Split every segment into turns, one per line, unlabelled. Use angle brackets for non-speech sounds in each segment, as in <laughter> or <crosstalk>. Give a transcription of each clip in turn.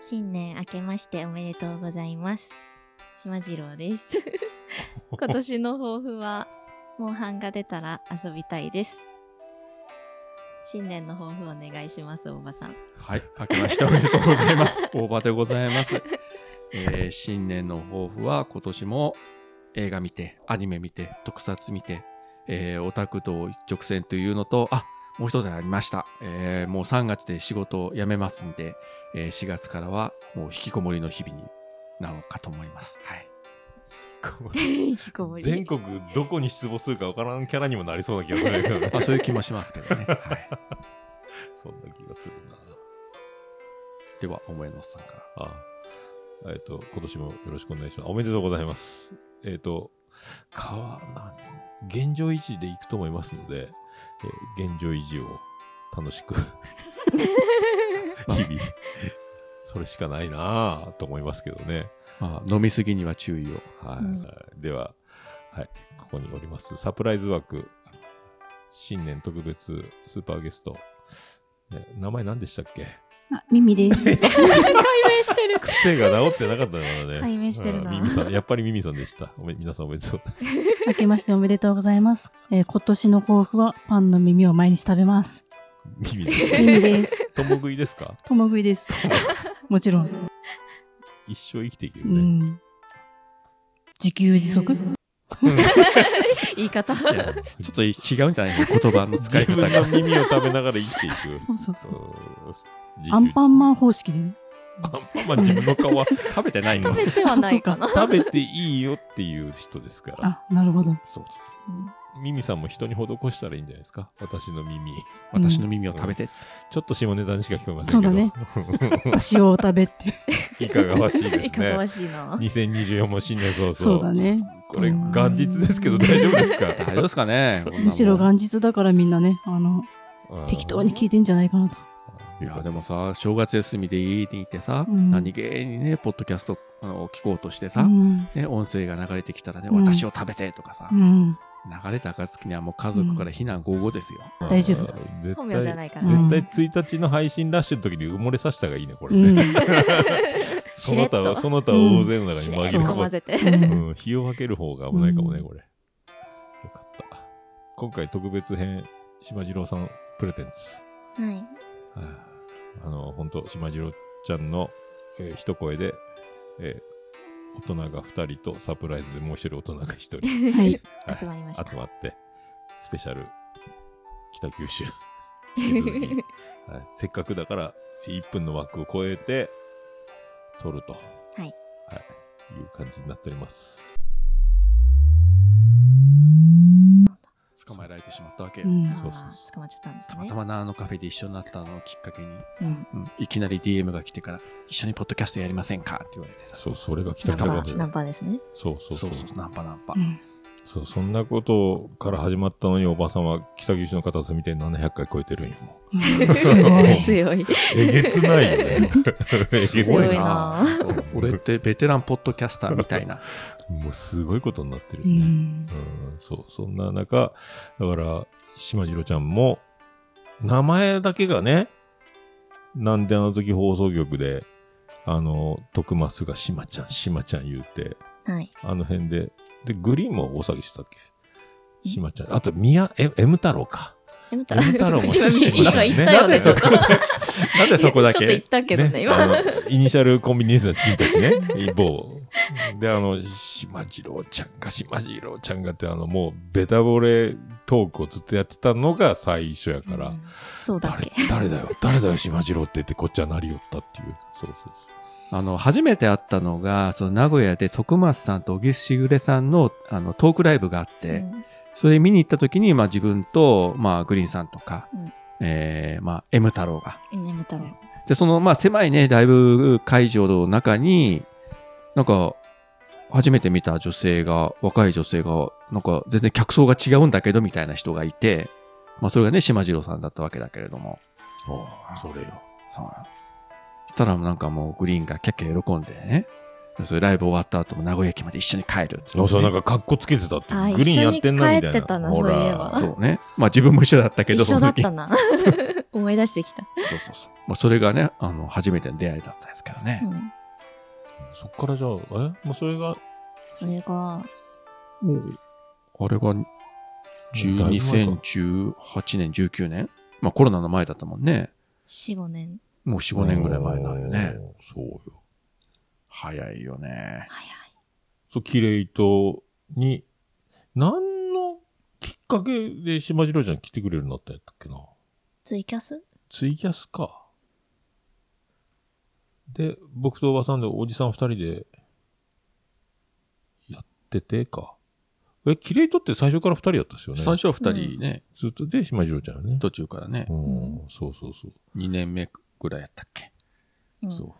新年明けましておめでとうございます。島次郎
<laughs>
です。今年の抱負は、モンハンが出たら遊びたいです。新年の抱負お願いします、おばさ
<laughs>
ん。
はい、明けましておめでとうございます。 <laughs> 大場でございます。えー新年の抱負は今年も映画見て、アニメ見て、特撮見て、えーオタクと一直線というのと、あ、もう一つありました。えーもう3月で仕事を辞めますんで、え4月からはもう引きこもりの日々になろうかと思います。はい。
引きこもり。
全国どこに出没するかわからんキャラにもなりそうな気がするけ
<laughs>
どね
まあそういう気もしますけ
<laughs>
どね。はい。
そんな気がするな。
では、おめのさんから。
ああえっ、と、今年もよろしくお願いします。おめでとうございます。えっ、と、変わらん現状維持でいくと思いますので、えー現状維持を楽しく、日々、それしかないなぁと思いますけどね。
まあ、飲みすぎには注意
<laughs>
を。
はい。
うん
では、はい、ここにおります。サプライズ枠、新年特別スーパーゲスト。ね名前何でしたっけ
あ、耳です。
解明してる。
癖が治ってなかったのだね。
解明してるな
うんミミさん、やっぱりミミさんでした。おめ、皆さんおめでとう。 <laughs>
明けましておめでとうございます。えー今年の抱負はパンの耳を毎日食べます。
耳で
耳 <laughs> です。
とも食いですか
共食いです。もちろん。
一生生きていけ
う
るね。
ん。自給自足
言い方。
いやちょっと違うんじゃないの言葉の使い方
自分の
が。
耳を食べながら生きていく。
そうそうそう。
うん
アンパンマン方式でね。
アンパンマン自分の皮
食べてないの
食べてはない
<laughs>
かな。
食べていいよっていう人ですから。
あ、なるほど。
そうそう。ミミさんも人に施したらいいんじゃないですか私の耳。 <laughs>
私の耳を食べて。
ちょっと下ネタにしか聞こえませんけど。
そうだね塩を食べって。
<laughs> いかが
<laughs>
わしいで
い
す
かが
ね
わ。しいな。
2024も新年早々。
<laughs> そうだね。
これ、元日ですけど大丈夫ですか
大丈夫ですかね
むしろ
が
元日だからみんなね、あの、 <laughs> 適当に聞いてんじゃないかなと。
いや、でもさ、正月休みで家にいてさ、
うん
何気にね、ポッドキャストあの聞こうとして
う
さ、
ん。
ね、音声が流れてきたらね、
うん
私を食べてとかさ、
うん。
流れた暁にはもう家族から非難合々ですよ。
大丈夫
絶
本名じゃな
対
いから。
うん
絶対1日の配信ラッシュの時に埋もれさせたがいいね、これ
う <laughs>
ね。
ん。
そ
しれ
の
っ
他
と
は、その他は大勢の中
し
に
れっ
紛
と
れ
混
込
ぜて。
む。うん、日を分ける方が危ないかもね、
うん
これ。よかった。今回特別編、島次郎さんプレゼンツ。
はい。
はいあの、本当島次郎ちゃんの、えー一声で、えー大人が2人とサプライズでもう一人大人が1人
はい。
はい
集まりました
集。まって、スペシャル、北九州、引き
<laughs>
続きはい、せっかくだから1分の枠を超えて、撮ると、はいい、いう感じになっております。
捕まえられてしまったわけよ。
うん
あ。
そうそうそ
ー捕まっちゃったんです
たま
ね
た。まなあのカフェで一緒になったのをきっかけに、
うん
うんいきなり DM が来てから、一緒にポッドキャストやりませんかって言われてさ、
そう、それが北
ナン
九
パ
州
ナンパですね。
そうそう
そ
そうう
そう、ナンパナンパ
う。ん
そう。そんなことから始まったのに、おばさんは北九州の片隅で700回超えてるんよ、もう
すごい。
強い。
えげつないよね。えげつ
<laughs> すご
<laughs> ないい。
な
俺ってベテランポッドキャスターみた
<laughs>
いな。
もうすごいことになってる
う
よね。
ん。
うんそう、そんな中、だから、島次郎ちゃんも、名前だけがね、なんであの時放送局で、あの、徳松が島ちゃん、島ちゃん言うて、
はい。
あの辺で、で、グリーンも大騒ぎしてたっけ島ちゃん。あと、宮、え、M 太郎
<laughs>
か。
え、見た
M 太郎も
今見
島
今
ちゃん
言ったよね、ちょっと。
なん <laughs> でそこだ
ちょっと言っ
け
たけどね、
あ
今。
のイニシャルコンビニエンスのチキンたちね、 <laughs> 某。で、あの、島次郎ちゃんか、島次郎ちゃんがって、あの、もう、ベタボレトークをずっとやってたのが最初やから、
うんそうだっ
誰
け。、
誰だよ、誰だよ、島次郎って言って、こっちはなりよったっていう。そうそう
あの、初めて会ったのが、その名古屋で徳松さんと小木しぐれさんのあのトークライブがあって、
うん
それ見に行った時に、まあ自分と、まあグリーンさんとか、
うん
えーまあ M 太郎が。
うん、やめたろう。
で、その、まあ狭いね、ライブ会場の中に、なんか、初めて見た女性が、若い女性が、なんか全然客層が違うんだけど、みたいな人がいて、まあそれがね、島次郎さんだったわけだけれども。
そう。おうそれよ。
そうなの。したらなんかもうグリーンがキャッキャ喜んでね。それライブ終わった後も名古屋駅まで一緒に帰るっつってね
あそう、なんか、格好つけてたって
あ
いう。グリーンやってんな、み
一緒
た
に帰
い
ってた
な。
な
ほ
そういえば
<laughs>
ら、
そうね。まあ自分も一緒だったけど、
一緒だっ
そ
た <laughs>
の
な。思い出してきた。
時そうそうそう。まあ、それがね、あの、初めての出会いだったんですけどね
う。ん。
そっからじゃあ、えもうそれが、
それが、
あれが、
だいぶ前か
2018年、19年まあコロナの前だったもんね。
4、5年。
もう4、5年ぐらい前になるよね。。
そうよ。
早いよね。
早い。
そう、キレイとに、何のきっかけで島次郎ちゃん来てくれるようになったんやったっけな。
ツイキャス
ツイキャスか。で、僕とおばさんでおじさん二人で、やっててか。え、キレイとって最初から二人やったっすよね。
最初は2人ね、
ずっとで、島次郎ちゃんよね。
途中からね
う、、
うん
そうそうそう。
2年目ぐらいやったっけ。
うん
そ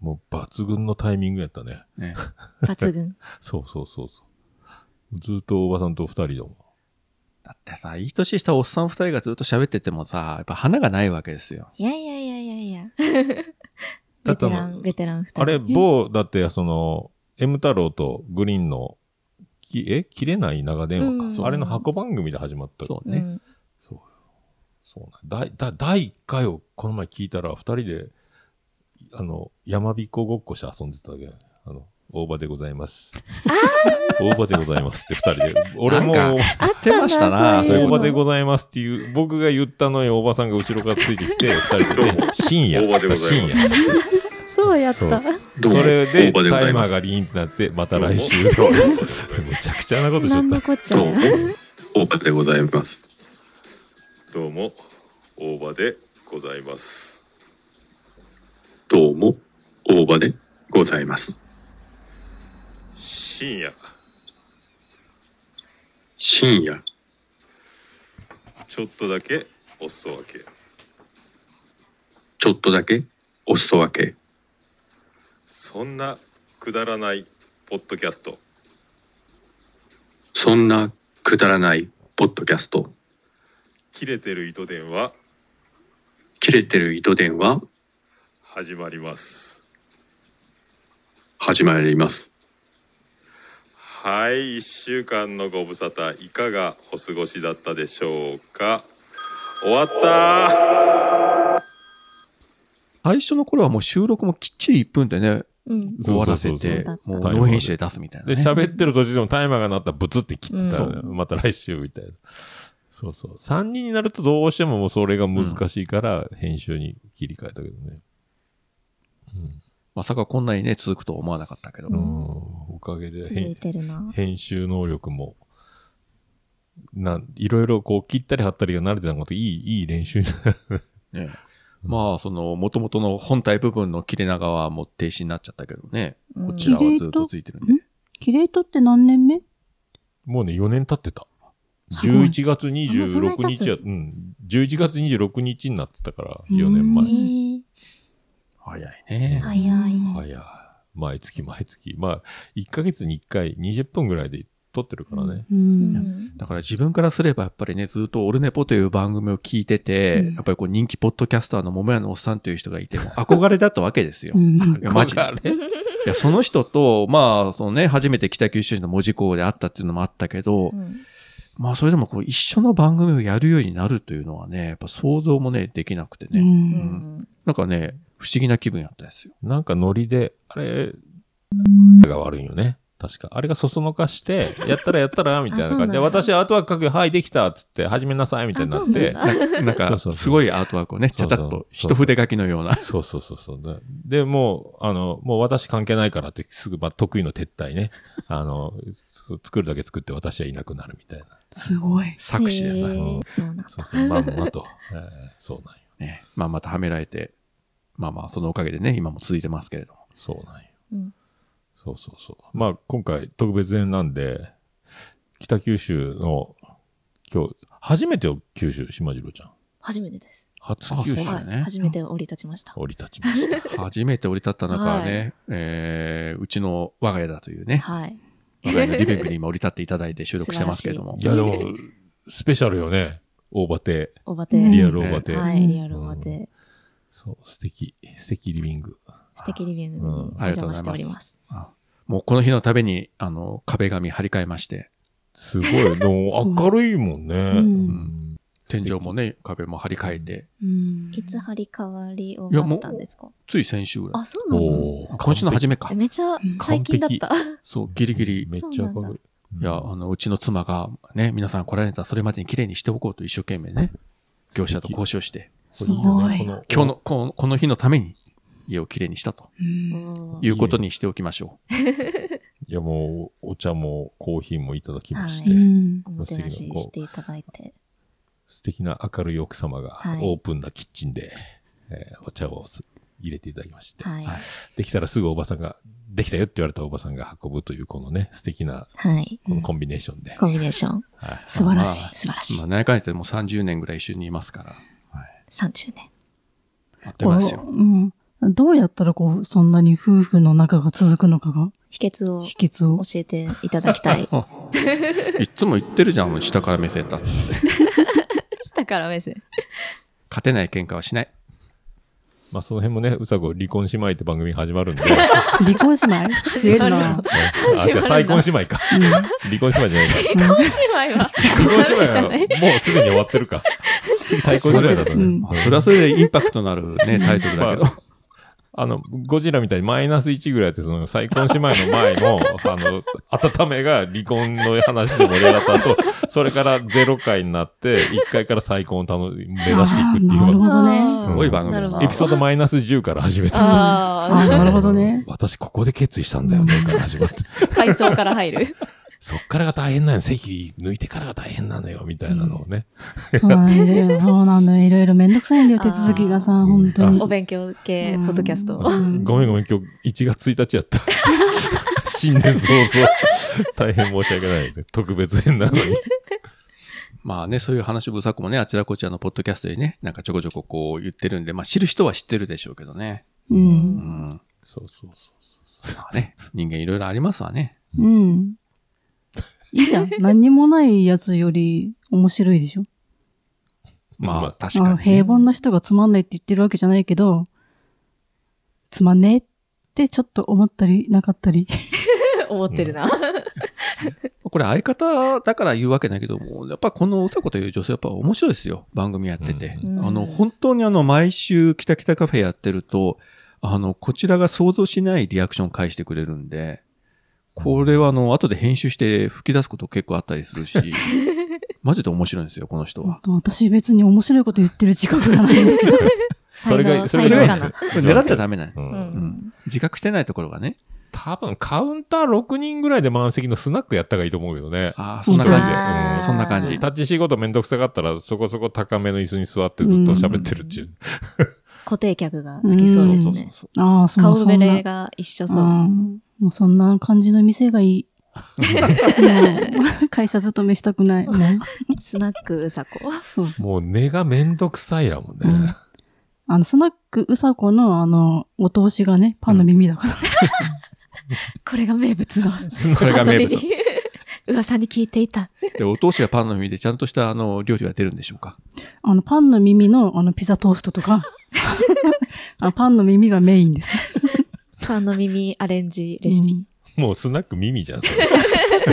う。もう抜群のタイミングやったね。
ね、
抜群。
そうそうそうそう。ずっとおばさんと二人だもん。
だってさ、いい年したおっさん2人がずっと喋っててもさ、やっぱ花がないわけですよ。
いやいやいやいやいや。
だ
ベ
ってあ
テ
の
ラン、ベテラン二人。
あれ、某、だって、その、M 太郎とグリーンの、きえ切れない長電話か。
うん
そうあれの箱番組で始まった。
そう
う
ね。
ん。
そう。そうなんだだ第1回をこの前聞いたら、二人で、あの、山彦ごっこして遊んでただけ。あの、大場でございます。大場でございますって二人で。俺も、
なんか
あっ
出
た
ましたな
な、
そういう
大
こ
場
と
でございますっていう、僕が言ったのにおばさんが後ろからついてきて、二人で、ね、深夜。
大場でござい
深
ます
夜
そうやった。
どう
そ
も
れで、
大場でご
タ
ざ
イ
い
マ
ま
ー
す
がリーンってなって、また来週。
どうも
<laughs> めちゃくちゃなことしちゃ
な
っ
ん
た
の。こっちゃ
どうも
や。
大場でございます。どうも、大場でございます。どうも、大場でございます。深夜。深夜。ちょっとだけおすそ分け。ちょっとだけおすそ分け。そんなくだらないポッドキャスト。そんなくだらないポッドキャスト。
切れてる糸電話
切れてる糸電話
始まります
始まります。
はい1週間のご無沙汰いかがお過ごしだったでしょうか終わった
最初の頃はもう収録もきっちり1分でね、
うん。
終わらせ
そう
て
そう、そ
もう
う
ノー編集で出すみたいな、
で、
ね。
喋ってる途中でもタイマーが鳴ったらブツって切ってた、
うん
ねまた来週みたいな。そうそう。3人になるとどうしてももうそれが難しいから、編集に切り替えたけどね。
まさかこんなにね、続くとは思わなかったけど。
うん。うんおかげで、
続いてるな。
編集能力も、なん、いろいろこう切ったり貼ったりが慣れてなかったいい、いい練習 <laughs> になる。
ねまあ、その、元々の本体部分の切れ長はもう停止になっちゃったけどね。
うん
こちらはずっとついてるんで。
キレイトって何年目
もうね、4年経ってた。
すごい
11月26日や、
あもうそんなに経つ
うん。11月26日になってたから、4年前
え。ー、
早いね。
早い。
早い。毎月毎月。まあ、1ヶ月に1回20分ぐらいで撮ってるからね。
う
う。
んん
だから自分からすればやっぱりね、ずっとオルネポという番組を聞いてて、
うん
やっぱりこう人気ポッドキャスターの桃屋のおっさんという人がいて、もう憧れだったわけですよ。
う
い
ん
や、マジで。いや、その人と、まあ、そのね、初めて北九州市の門司港で会ったっていうのもあったけど、
うん
まあ、それでもこう一緒の番組をやるようになるというのはね、やっぱ想像もね、できなくて
う。
ね。
うんん。
なんかね、不思議な気分やったで
<laughs>
すよ。
なんかノリで、あれ、が悪いよね。確か。あれがそそのかして、やったらやったら、みたい
<laughs>
な
あそうな
感
ん
じ
だ
で、私アートワーク書くよ、はい、できたっつって、始めなさい、みたいになっ
あそう
て
な。んだ
ななん
そ
か
うそう、そう
すごいアートワークをね、ち
そ
ゃ
う
ち
そ
ゃ
う
っと一筆書きのよ
<laughs>
うな。
そうそうそうそうだ。で、もう、あの、もう私関係ないからって、すぐ、まあ、得意の撤退ね。あの、そう作るだけ作って私はいなくなるみたいな。
すごい。
作詞です
へ
ね。
ーそうなんだ。
そうそう、まあまあと。えーそうなんよ。
ねまあ、またはめられて、まあまあ、そのおかげでね、今も続いてますけれども。
そうなんよ。
うん
そうそうそう。まあ、今回特別編なんで、北九州の、今日、初めてよ、九州、島次郎ちゃん。
初めてです。
初
あ
九
そ
州
うなん
は
だね
い。初めて降り立ちました。
降り立ち
<laughs>
ました。
初めて降り立った中はね、えー、うちの我が家だというね、
はい。
我が家のリビングに今降り立っていただいて収録してますけれども
い。や、でも、スペシャルよね。大場亭。
おば
うん
て。
リアル大場亭。
はい、リアルおばて。
そう、素敵。素敵リビング。
素敵リビングにお邪魔しております。
もうこの日のために、あの、壁紙張り替えまして。
すごい。でも、明るいもんね。
うん
うん
天井もね、壁も張り替えて、
うん。
いつ張り替わりを
いや
待
もう
ったんですか
つい先週ぐらい。
あ、そうなの
おー
今週の初めか
え。めちゃ最近だった。
そう、ギリギリ。
めっちゃ明るい。
いや、あの、うちの妻が、ね、皆さん来られたらそれまでに綺麗にしておこうと一生懸命ね、業者と交渉して、
す
ごい
今
今日の、このこの日のために家を綺麗にしたと
うん
おー
いうことにしておきましょ
いや、もう、お茶もコーヒーもいただきまし
う
て、
ん
おもてなししていただいて。
素敵な明るい奥様が
はい
オープンなキッチンで、えーお茶をす入れていただきまして、
はい。
できたらすぐおばさんが、できたよって言われたおばさんが運ぶという、このね、素敵な、
はい。
このコンビネーションで。
コンビネーション。
はい
素晴らしい。
まあ
素晴ら
う。
しい
まあ、。何回ってもう30年ぐらい一緒にいますから、
30年。
あっという間ですよ
こ。ううん。どうやったらこう、そんなに夫婦の仲が続くのかが、
秘訣を
秘訣を
教。えていただき <laughs> たい。
いっつも言ってるじゃん、下から目線だっつって。
下から目線。
勝てない喧嘩はしない。
まあ、その辺もね、うさこ離婚姉妹って番組始まるん <laughs> で。
離婚姉妹強いな。
あ、じゃあ再婚姉妹か。 <laughs> 離婚姉妹じゃないか。
姉妹は。
離婚姉妹はもうすでに終わってる <laughs> か。次再婚姉妹だとね。
うん
あそれはそれでインパクトのあるね、タイトルだけど
ま。 <laughs> あの、ゴジラみたいにマイナス1ぐらいって、その再婚姉妹の前の、あの、温めが離婚の話で盛り上がった後、それから0回になって、1回から再婚をたの目指していくって
あーなる
い
ほ
う。
どね
す
あ
ごい番組だ
な
な。
る
エピソードマイナス10から始めて。
<laughs> あ
あなるほどね
あの。私ここで決意したんだよね、から始まって。
ー、階層から入る。
そっからが大変なのよ。席抜いてからが大変なのよ、みたいなのをね。
そうなんだよ。そうなんだよ。いろいろめんどくさいんだよ、手続きがさ、
ん
本当
<laughs>
に
お。勉強系、ポッドキャス
う
ト。
ん
ごめんごめん、今日1月1日やった。 <laughs> 新年早々。 <laughs> 大変申し訳ない。特別編なのに。
まあね、そういう話ぶさこもね、あちらこちらのポッドキャストでね、なんかちょこちょここう言ってるんで、まあ知る人は知ってるでしょうけどね。
う。
うんん。
そうそうそう。
まあね、人間いろいろありますわね。
うん。いいじゃん。何にもないやつより面白いでしょ。
ま
ま
あ
あ
確
あ
か
の
に。
平凡な人がつまんないって言ってるわけじゃないけど、つまんねえってちょっと思ったりなかったり。
思ってるな。
これ相方だから言うわけないけども、やっぱこのうさこという女性やっぱ面白いですよ。番組やってて。
うん
あの、本当にあの、毎週キタキタカフェやってると、あの、こちらが想像しないリアクション返してくれるんで、これはあの、後で編集して吹き出すこと結構あったりするし、マジで面白いんですよ、この人は。
<laughs> 私別に面白いこと言ってる自覚がないんだけど。
それが、そ
才
れ
能才能
がいいん
か
です
な
よ。
これ狙っちゃダメなの
う。
うんん。
自覚してないところがね。
多分カウンター6人ぐらいで満席のスナックやった方がいいと思うけどね。
ああ、そんな感
あー
そんな感じ
立ち仕事めんどくさかったら、そこそこ高めの椅子に座ってずっと喋ってるっていう。
固定客がつきそうですね。
ああ、そう
顔ぶれ
が。
が一緒
そ
そうう。
ん。もうそんな感じの店がいい。もう <laughs> 会社勤めしたくない。ね、
スナックうさこ。
そう。
もう根がめんどくさいやもんね。
うんあの、スナックうさこのあの、お通しがね、パンの耳だから。
これが名物の。
これが名物
後でに。噂に聞いていた。
じ。で、お通しやパンの耳でちゃんとしたあの、料理は出るんでしょうか。
あの、パンの耳のあの、ピザトーストとか。あのパンの耳がメインです。
パンの耳アレンジレシ
う
ピ
ん。
もうスナック耳じゃん、それ。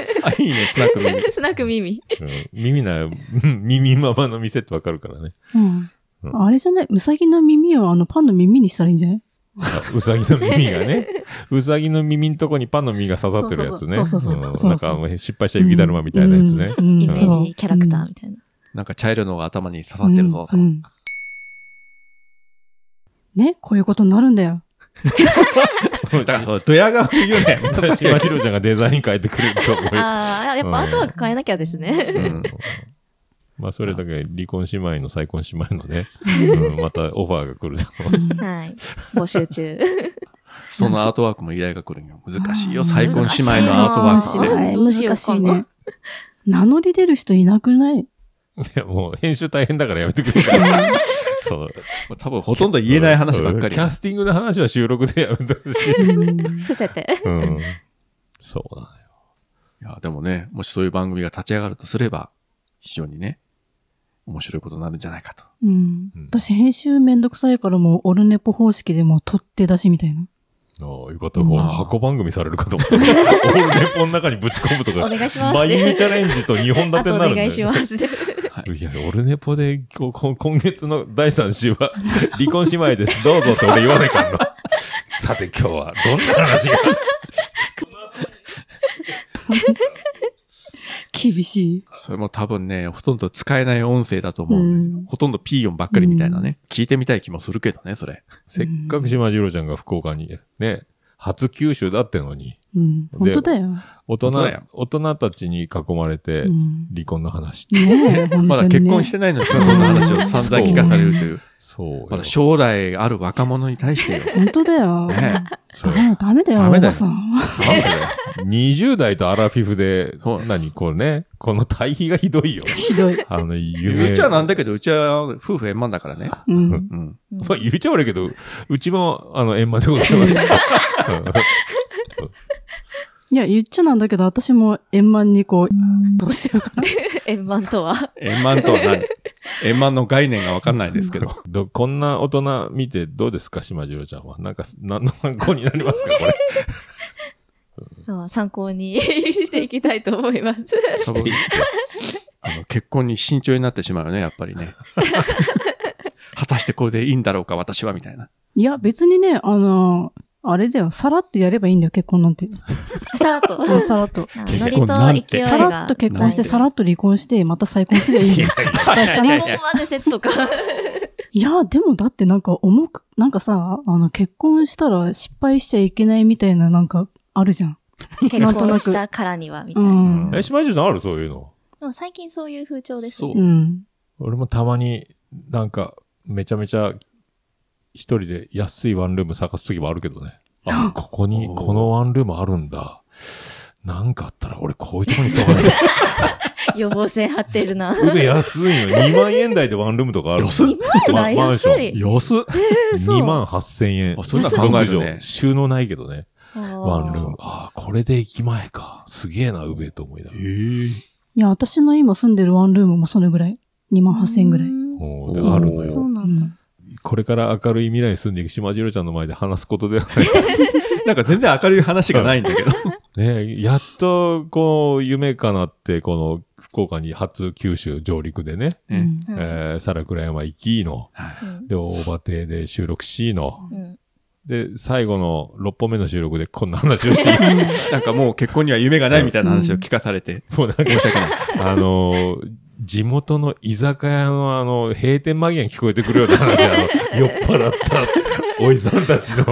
<laughs>
あ、いいね、スナック耳。
スナック耳。
うん耳な、うん耳ままの店ってわかるからね。
うん。
うん
あれじゃないうさぎの耳をあの、パンの耳にしたらいいんじゃないう
さぎの耳がね。うさぎの耳のとこにパンの耳が刺さってるやつね。
そうそうそうそうそうそう
うんなんかあの失敗した雪だるまみたいなやつね。
うんうん
イメージキャラクター
そ
みたいな。
なんか茶色のが頭に刺さってるぞ、と。
うんうんね、こういうことになるんだよ。
だから、そう、ドヤ顔言うね。
私はしろちゃんがデザイン変えてくれると思う。
ああ、やっ
うん
ぱアートワーク変えなきゃです
う
ね。
ん
まあ、それだけ離婚姉妹の再婚姉妹のね、うんまたオファーが来ると思う。
はい。募集中。
そのアートワークも依頼が来るんよ。難しいよ、再婚姉妹のアートワー
難し
ク
い
は
な
ね。
はい
どうしよう
難しい
今
ね。名乗り出る人いなくない
いやもう編集大変だからやめてくれから。そう。
多分ほとんど言えない話ばっかり
キ。ャスティングの話は収録でやめてほしい。
伏せて。
うん。そうだね。
いや、でもね、もしそういう番組が立ち上がるとすれば、非常にね、面白いことになるんじゃないかと。
うん
うん。
私、編集めんどくさいからもう、オルネポ方式でもう取って出しみたいな。
ああ、よかった。もう箱番組されるかと思った。オールネポの中にぶち込むと
お
か。
願いしま
バ
す。
イユーチャレンジと2本
あ
立て
と
に
お
なる
願
んだよ
いします。
はい。
いや、俺ネポで、ここ今月の第3週は、離婚姉妹です。どうぞって俺言わないからな。さて今日は、どんな話が。
厳しい。
それも多分ね、ほとんど使えない音声だと思うんですよ。
うん
ほとんどピーヨンばっかりみたいなね。聞いてみたい気もするけどね、それ。
せっかく島次郎ちゃんが福岡に、ね、初九州だってのに、
うん。本当だよ。
大
本当
人
だよ、
大人たちに囲まれて
う、ん。
離婚の話って。
ねえ、本当に、ね。
まだ結婚してないのに、そんな話を散々聞かされるという。
そうよ。
まだ将来ある若者に対して
<laughs>
よ。
本当だよ。
ね
そう
ダメダメだよ、
ダ
お
メだよ
ばさん。
なんだよ20代とアラフィフで
そう、
何こうね、この対比がひどいよ。
ひどい。
あの、
う
夢。
ちはなんだけど、うちは夫婦円満だからね。
うん。
うん。
うん
<laughs> まあ、言っちゃ悪いけど、うちも、あの、円満でございます。 <laughs>
いや、言っちゃなんだけど、私も円満にこう、ことしてるから。
円満とは。
円満とは何円満の概念がわかんないですけど。
どこんな大人見てどうですか、島次郎ちゃんは。なんか、何の参考になりますか、これ。
まあ参考にしていきたいと思います。
多分あの結婚に慎重になってしまうよね、やっぱりね。果たしてこれでいいんだろうか、私は、みたいな。
いや、別にね、あの、あれだよ、さらっとやればいいんだよ、結婚なんて。
さらっと。
うんさらっと。
あ
結
ノリ
婚なん
と勢
て
いが。
さらっと結婚して、さらっと離婚して、また再婚すればいいんだよ。失敗した
離
ね。
婚までセットか。
いや、でもだってなんか重く、なんかさ、あの、結婚したら失敗しちゃいけないみたいな、なんか、あるじゃん。
結婚したからには、みた
う
いな。
ん。
え、島次郎ちゃんあるそういうの。
でも最近そういう風潮ですね
そう。
うん。
俺もたまになんか、めちゃめちゃ、一人で安いワンルーム探すときもあるけどね。あ、ここに、
おー
このワンルームあるんだ。なんかあったら俺こういうとこに住まない。
予防線張ってるな。
<laughs> 腕安いよ。2万円台でワンルームとかある。
安っ
2万台
ママン
安
ション
い。
安っ
2万8千円。
あそんな考えるね
6畳収納ないけどね。ワンルー
あ
ム。ああ、これで駅前か。すげえな、ウベと思いながら。
いや、私の今住んでるワンルームもそれぐらい。2万
ー
8000円ぐらい。
おーであるの
そ
よ
う。
う
なんだ。
ん。
これから明るい未来に住んでいく島次郎ちゃんの前で話すこ
<laughs>
とではない。
なんか全然明るい話がないんだけど。
ねえやっと、こう、夢かなって、この、福岡に初九州上陸でね、
う
うん
ん
うん
えー、皿倉山行きの、
うん
で、大場邸で収録しの、
うん
で、最後の6本目の収録でこんな話をして、
なんかもう結婚には夢がないみたいな話を聞かされて。
もうなんか
申し訳ない。
あのー地元の居酒屋のあの、閉店間際に聞こえてくるような話、
<laughs>
あの、酔っ払ったおじさんたちの、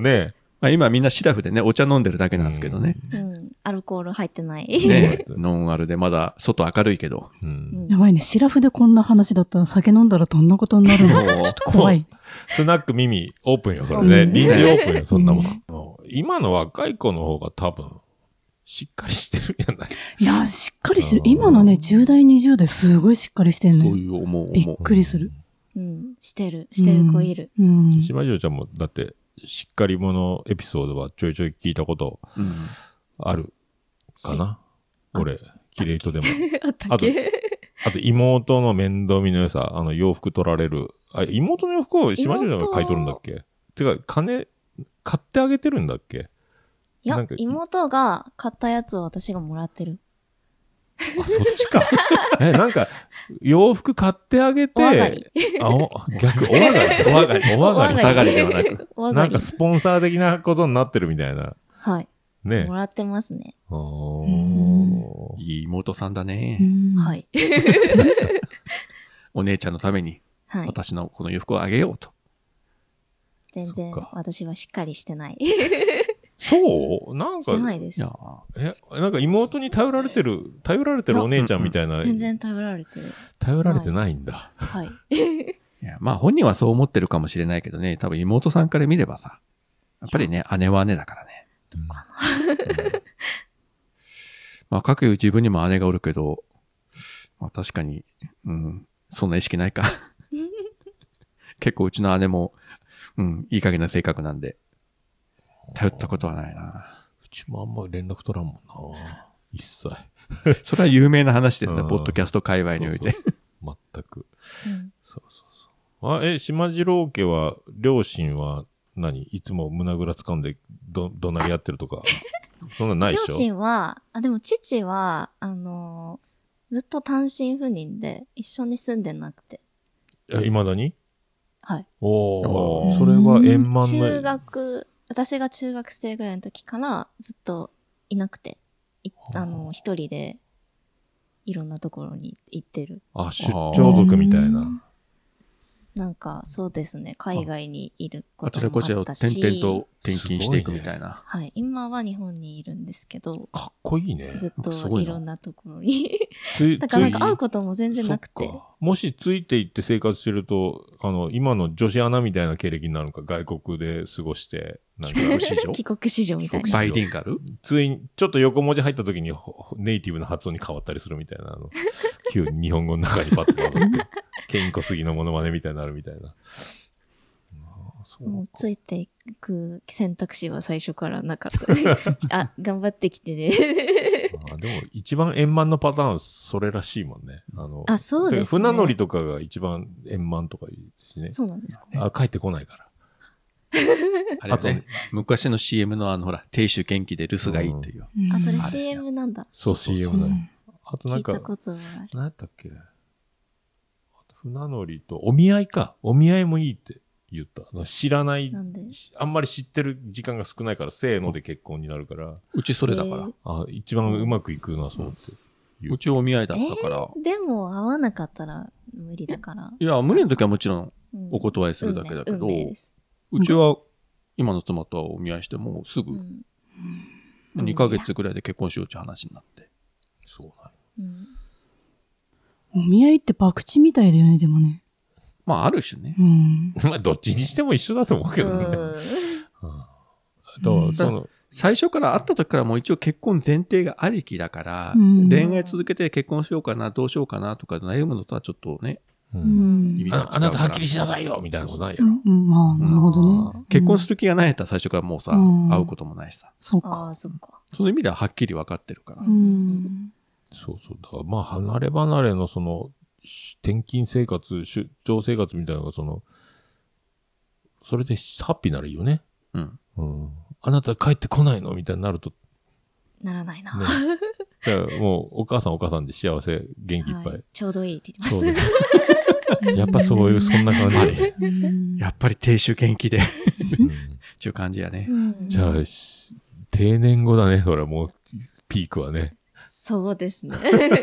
ね
まあ今みんなシラフでね、お茶飲んでるだけ
え。
なんですけどね。。
うん。アルコール入ってない。
ねノンアルでまだ外明るいけど。
う
う。
んん
やばいね。シラフでこんな話だったら酒飲んだらどんなことになるの
もう
ちょっと怖い。
スナック耳、オープンよ、それね。
うん
臨時オープンよ、そんなもん
う。
もう今の若い子の方が多分、しっかりしてるんじゃない
いや、しっかりしてる。今のね、10代、20代すごいしっかりしてる
そう
ね。
いう思う
び
思
っ
う。
くりする。
うん。してる。してる子いる。
うん。
島次郎ちゃんも、だって、しっかり者エピソードはちょいちょい聞いたこと
うん
あるかな俺、キレイトでも。
あったっけ
あと、妹の面倒見の良さ、あの、洋服取られる。あ、妹の洋服を島中さんが買い取るんだっけてか、金、買ってあげてるんだっけ
い
な
や
んか、
妹が買ったやつを私がもらってる。
あ、そっちか。 <laughs> え、なんか、洋服買ってあげて、
お上がり。
あ、お、逆、お
<laughs>
上がり。
お上がり
お上が
お
り。
下がりではなく。
お上
な
が
ん
り
か、。スポンサー的なことになってるみたいな。
はい。
ね
も。らってますね。
おー
いい妹さんだ
う
ね。
ん
はい。
お姉ちゃんのために
はい。
私のこの洋服をあげようと。
全然
そっか
私はしっかりしてない。
そうなん
してな
か、
いで
い
す
や。
え、なんか妹に頼られてる、頼られてるお姉ちゃんみたいな、
全然頼られてる。
頼られてないんだ。
はい。
いやまあ本人はそう思ってるかもしれないけどね、多分妹さんから見ればさ、やっぱりね、姉は姉だからね。まあ、かくいう自分にも姉がおるけど、まあ確かに、うん、そんな意識ないか。結構うちの姉も、うん、いい加減な性格なんで、頼ったことはないな。
うちもあんまり連絡取らんもんな。一切。
それは有名な話ですね、
うん
ポッドキャスト界隈において。
そうそう全く。そうそうそう。あ、え、島次郎家は、両親は何、いつも胸ぐら掴んで、ど、怒鳴り
<laughs>
合ってるとか。そんなんないで
両
しょ
親は、あ、でも父は、あのずっと単身赴任で一緒に住んでなくて。
いまだに
はい。
お
お
お、
ー
それは円満な。
中学、私が中学生ぐらいの時からずっといなくて、い
あ
あの、一人でいろんなところに行ってる。
あ、出張族みたいな。
なんか、そうですね、海外にいるこ
<laughs> あ
と
ち
もあ
らこちらを
った
転
し。
々と転勤していくみたいな。
はい。今は日本にいるんですけど、
かっこいいね。
ずっ
なんかすご
と
い
い
な
ろんなところに。
つ
<laughs>
い
だからなんか
つい
会うことも全然なくて
そっ。かもしついていって生活してると、あの、今の女子アナみたいな経歴になるのか、外国で過ごして、な
<laughs>
んか、
帰国子女
帰国子女みたい
帰国子
な。
女
バイリンガル
ついに、ちょっと横文字入った時にほほネイティブの発音に変わったりするみたいな、あの、 <laughs> 急に日本語の中にパッと戻って、ケンコスギのモノマネみたいになるみたいな。あーそ
もう
う
ついていく選択肢は最初からなかった。あ、頑張ってきてね。
か。あーでも、一番円満のパターン、それらしいもんね。あの、
あ、そうです、ね。
船乗りとかが一番円満とか言うしね。
そうなんですか。
あ、帰ってこないから。
あれは
あとね
ね、昔の CM のあの、ほら、亭主元気で留守がいいっていう。
あ、それ
あれですよ
CM なんだ。
そう、
そうそう
CM
う
だよ。
ん
あとな
聞
ん
い
か
た、ことがある。
何やったっけ船乗りと、お見合いか。お見合いもいいって言った。あの知らない
なんで。
しあんまり知ってる時間が少ないから、せーので結婚になるから、
うちそれだか
え
ら。
あ、一番うまくいくのはそうって。うん
うちお見合いだったから。
ーでも会わなかったら無理だから。
いや、無理の時はもちろん
うん
お断りするだけだけ
運、
ど
命運命です。
うちは今の妻とはお見合いしてもうす
う
ぐ
ん。うん
2ヶ月ぐらいで結婚しようって話になって。
そうなんや
うん
お見合いって博打みたいだよね、でもね。
まあ、ある種ね。
うん。
まあ、どっちにしても一緒だと思うけどね。うん
う
と、
ん
その、
最初から会った時からもう一応結婚前提がありきだから、
うん
恋愛続けて結婚しようかな、どうしようかなとか悩むのとはちょっとね、
う
うんん
意味が違う
あ
から
あなたはっきりしなさいよみたいなことないやろ。
うんうん、まあ、なるほどね。
結婚する気がないやったら最初からもうさ、
うん
会うこともないしさ。
そう
あ
か。
あ、そっか。
その意味でははっきり分かってるから
う
う。
ん
ん。
そうそう。だからまあ、離れ離れのその、し転勤生活、出張生活みたいなのが、その、それでハッピーならいいよね。
うん。
うん。あなた帰ってこないのみたいになると、
ならないな。
ね。じゃあもう、お母さんお母さんで幸せ、元気いっぱ。
はいちょうどいいって言って
そう
まし
ね。やっぱそういう、そんな感じだね。
うん
やっぱり亭主元気で、っ
うん
ていう感じやね
た。。うん
<laughs> じゃあ、し定年後だね、それはもう、ピークはね。
そうですね。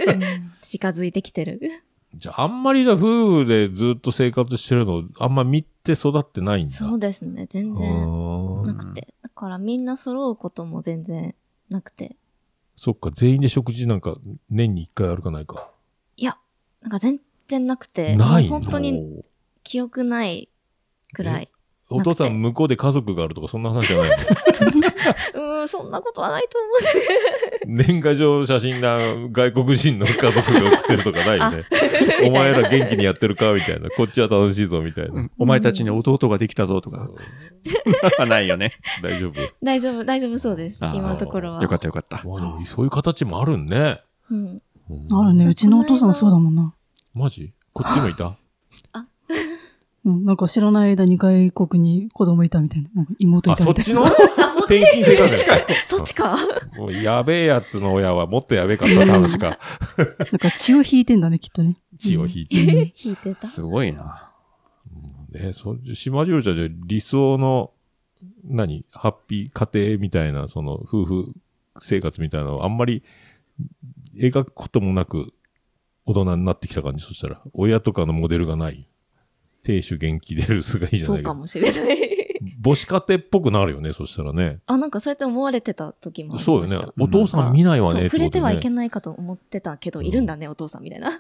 <laughs>
近づいてきてる。
じゃあ、あんまりだ、夫婦でずっと生活してるの、あんま見て育ってないんだ。
そうですね。全然
うー
なんくて。だからみんな揃うことも全然なくて。
そっか、全員で食事なんか、年に一回あるかないか。
いや、なんか全然なくて。
ないの
本当に記憶ないくらい。
お父さ
なく
ん向こうで家族があるとか、そんな話じゃないの
うーん、そんなことはないと思う。 <laughs>
年賀状写真が外国人の家族が写ってるとかないよね。お前ら元気にやってるかみたいな。こっちは楽しいぞみたいな。
うんお前たちに弟ができたぞと
<laughs>
か、ないよね。
大丈夫。
大丈夫、大丈夫そうです。
あー
今のところは。
よかったよかった。
まあでも、そういう形もあるんね。
うん。
うん
あるね。うちのお父さんそうだもんな。
マジこっちもいた
うん、なんか知らない間に外国に子供いたみたいな。なんか妹い
あ、
た
そっ
みたい
ち
な。
の <laughs> 転勤生活か
そっちか。
もうやべえやつの親はもっとやべえかった話か。
なんか血を引いてんだね、きっとね。
血を引いて。
うん
引いてた。
すごいな。
ね、そ島城ちゃんじゃ理想の、何ハッピー家庭みたいな、その夫婦生活みたいなのをあんまり描くこともなく大人になってきた感じ。そしたら、親とかのモデルがない。亭主元気で留守がいいじゃ
そ
ないうけど
かもしれない。
母子家庭っぽくなるよね、そしたらね。
あ、なんかそうやって思われてた時もありました。
そうよね。
うん
お父さん見ないわね、
そう触れてはいけ
ない。
ないかと思ってたけど、いるんだね、お父さんみたいな。
あ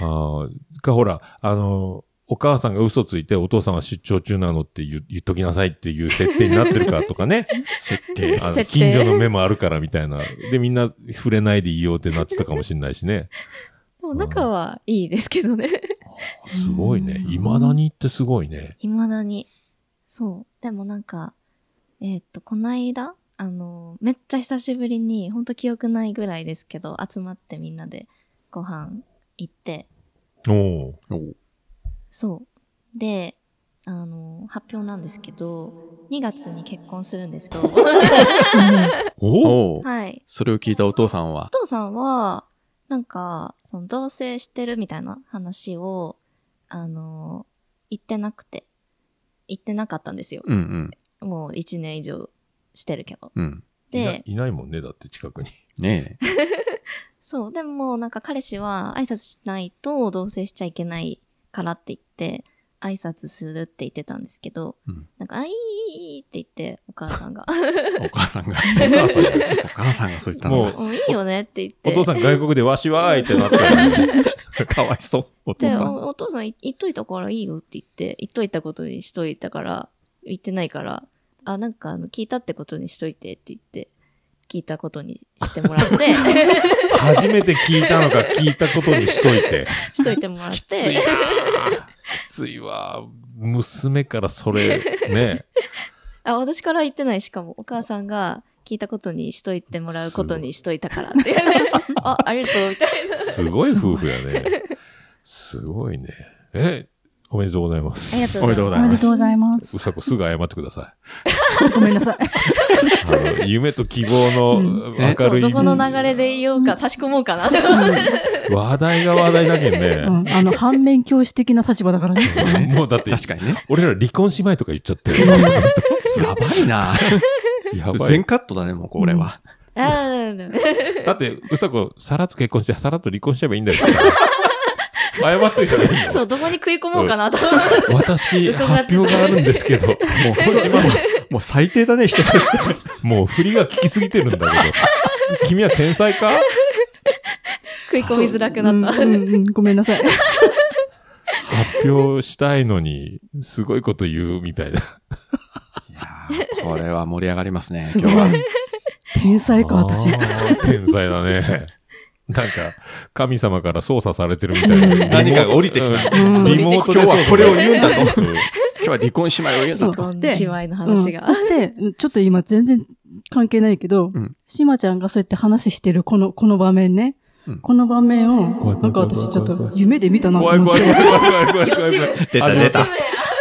あ、か、ほら、あの、お母さんが嘘ついてお父さんは出張中なのって言う言っときなさいっていう設定になってるかとかね。
<laughs> 設定。
あの、
設
近
定
所の目もあるからみたいな。で、みんな触れないでいいよってなってたかもしれないしね。
でも仲はいいですけどね。
すごいね。未だにってすごいね。
未だに。そう。でもなんか、えーっと、こないだ、あの、めっちゃ久しぶりに、ほんと記憶ないぐらいですけど、集まってみんなでご飯行って、
おう
おう
そう。で、あの、発表なんですけど、2月に結婚するんですけど、
お
お
う
う
はい。
それを聞いたお父さんは
お、父さんは、なんか、その同棲してるみたいな話を、あの、言ってなくて、言ってなかったんですよ。
うんうん。
もう一年以上してるけど。
うん。
いな
で、
いないもんね、だって近くに。
ねえ。
そう、でもなんか彼氏は挨拶しないと同棲しちゃいけないからって言って、挨拶するって言ってたんですけど、
うん
なんか、あいーって言って、お母さんが、 <laughs>
お母さんが。お母さんが、お母さんがそう言ったんだ
もう
もういいよねって言って。
お父さん外国でわしはーいってなったら、
<laughs> かわいそう。お父
で、
さん。
おお父さんい言っといたからいいよって言って、言っといたことにしといたから、言ってないから、あ、なんかあの、聞いたってことにしといてって言って、聞いたことにしてもらって、
<laughs> 初めて聞いたのか聞いたことにしといて。
しといてもらっ
きつ
<laughs>
い
て、
なーきついわー娘からそれ、ね。
あ、私から言ってない、しかもお母さんが聞いたことにしといてもらうことにしといたからって。あ、ありがとう、みたいな。
すごい夫婦やね。すごいね。え、おめでとうございます。
ありがとう
おめでとうご
お
ざい
め
ま
ですとう。ございま
う
す。
さこすぐ謝ってくださ
ごめんなさい。
い。あの、夢と希望の
んね
明
そ
る
う、
い。
どこの流れで言おうか、差し込もうかな。
話題が話題だけん
う
ね。
<laughs>
ん、あの、反面教師的な立場だからね。
もうだって、
確かにね。
俺ら離婚しまいとか言っちゃってる。
やばいな。
や
<laughs>
ば
全
い。
カットだね、もうこれは。
あーでも
だって、うさこ、さらっと結婚して、さらっと離婚しちゃえばいいんだよ。謝っといたらいいよ。
そう、どこに食い込もうかなと思って。
私、
伺って
発表があるんで
<laughs>
すけど、もう、
もうもう最低だね、人として。
もう振りが効きすぎてるんだけど、君は天才か
食い込みづらくなった。
うんうんうんごめんなさい。
発表したいのに、すごいこと言うみたいな。
いやーこれは盛り上がりますね、
すご
今
い
日は。。
天才か、私。
あー天才だね。なんか、神様から操作されてるみたいな。
<laughs> 何かが降りてきた
うんリモートで
今日はこれを言うんだと
そうそう
今日は離婚姉妹を言うんだ
そ
と
う。
こん
で
ちわいの話
う
が
ん。そして、ちょっと今全然関係ないけど
うん、
しまちゃんがそうやって話してるこの、この場面ね
うん。
この場面
怖い
を
怖い、
なんか私ちょっと夢で見たなと
<laughs> 怖い
思っ
怖い
て。
怖い怖い怖い怖
<laughs>
い怖い。
出た出た。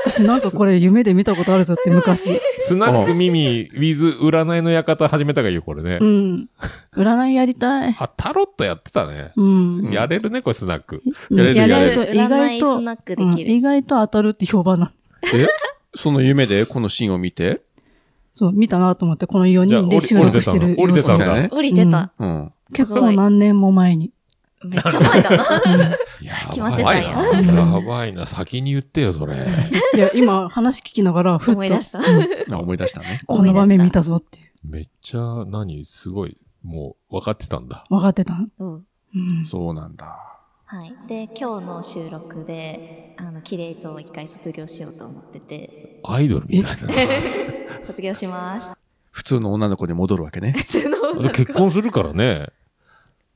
私なんかこれ夢で見たことあ
<laughs>
るぞって昔。
スナック耳、ウィズ占いの館始めたがいいよ、これね
う。ん。占いやりたい。
あ、タロットやってたね。
うん。
やれるね、これスナック。
うん
やれ
るやれる
意
占
外
い
と、
スナックできる
うん意外と当たるって評判なの。
えその夢でこのシーンを見て
そう、見たなと思って、この4
じゃあ
人で収録してる
降り
様
て
子
たんだ
様子ね
降りてた。
うん。
結
すご
構
い
何年も前に。
めっちゃ前だな。
や
決まっ
ばい
て
な。
たん
や
や
ばいな。先に言って
<laughs>
よ、それ。
いや、今話聞きながら、ふっと、
思い出した
うん
あ思い出したね。
この場面見たぞっていう。
めっちゃ、何、すごい、もう、分かってたんだ。
分かってた。
うん。
うん。
そうなんだ。
はい。で、今日の収録で、あの、キレイトを一回卒業しようと思ってて、
アイドルみたいな。
卒業します。
普通の女の子に戻るわけね。
普通の <laughs> 女の子。
結婚するからね。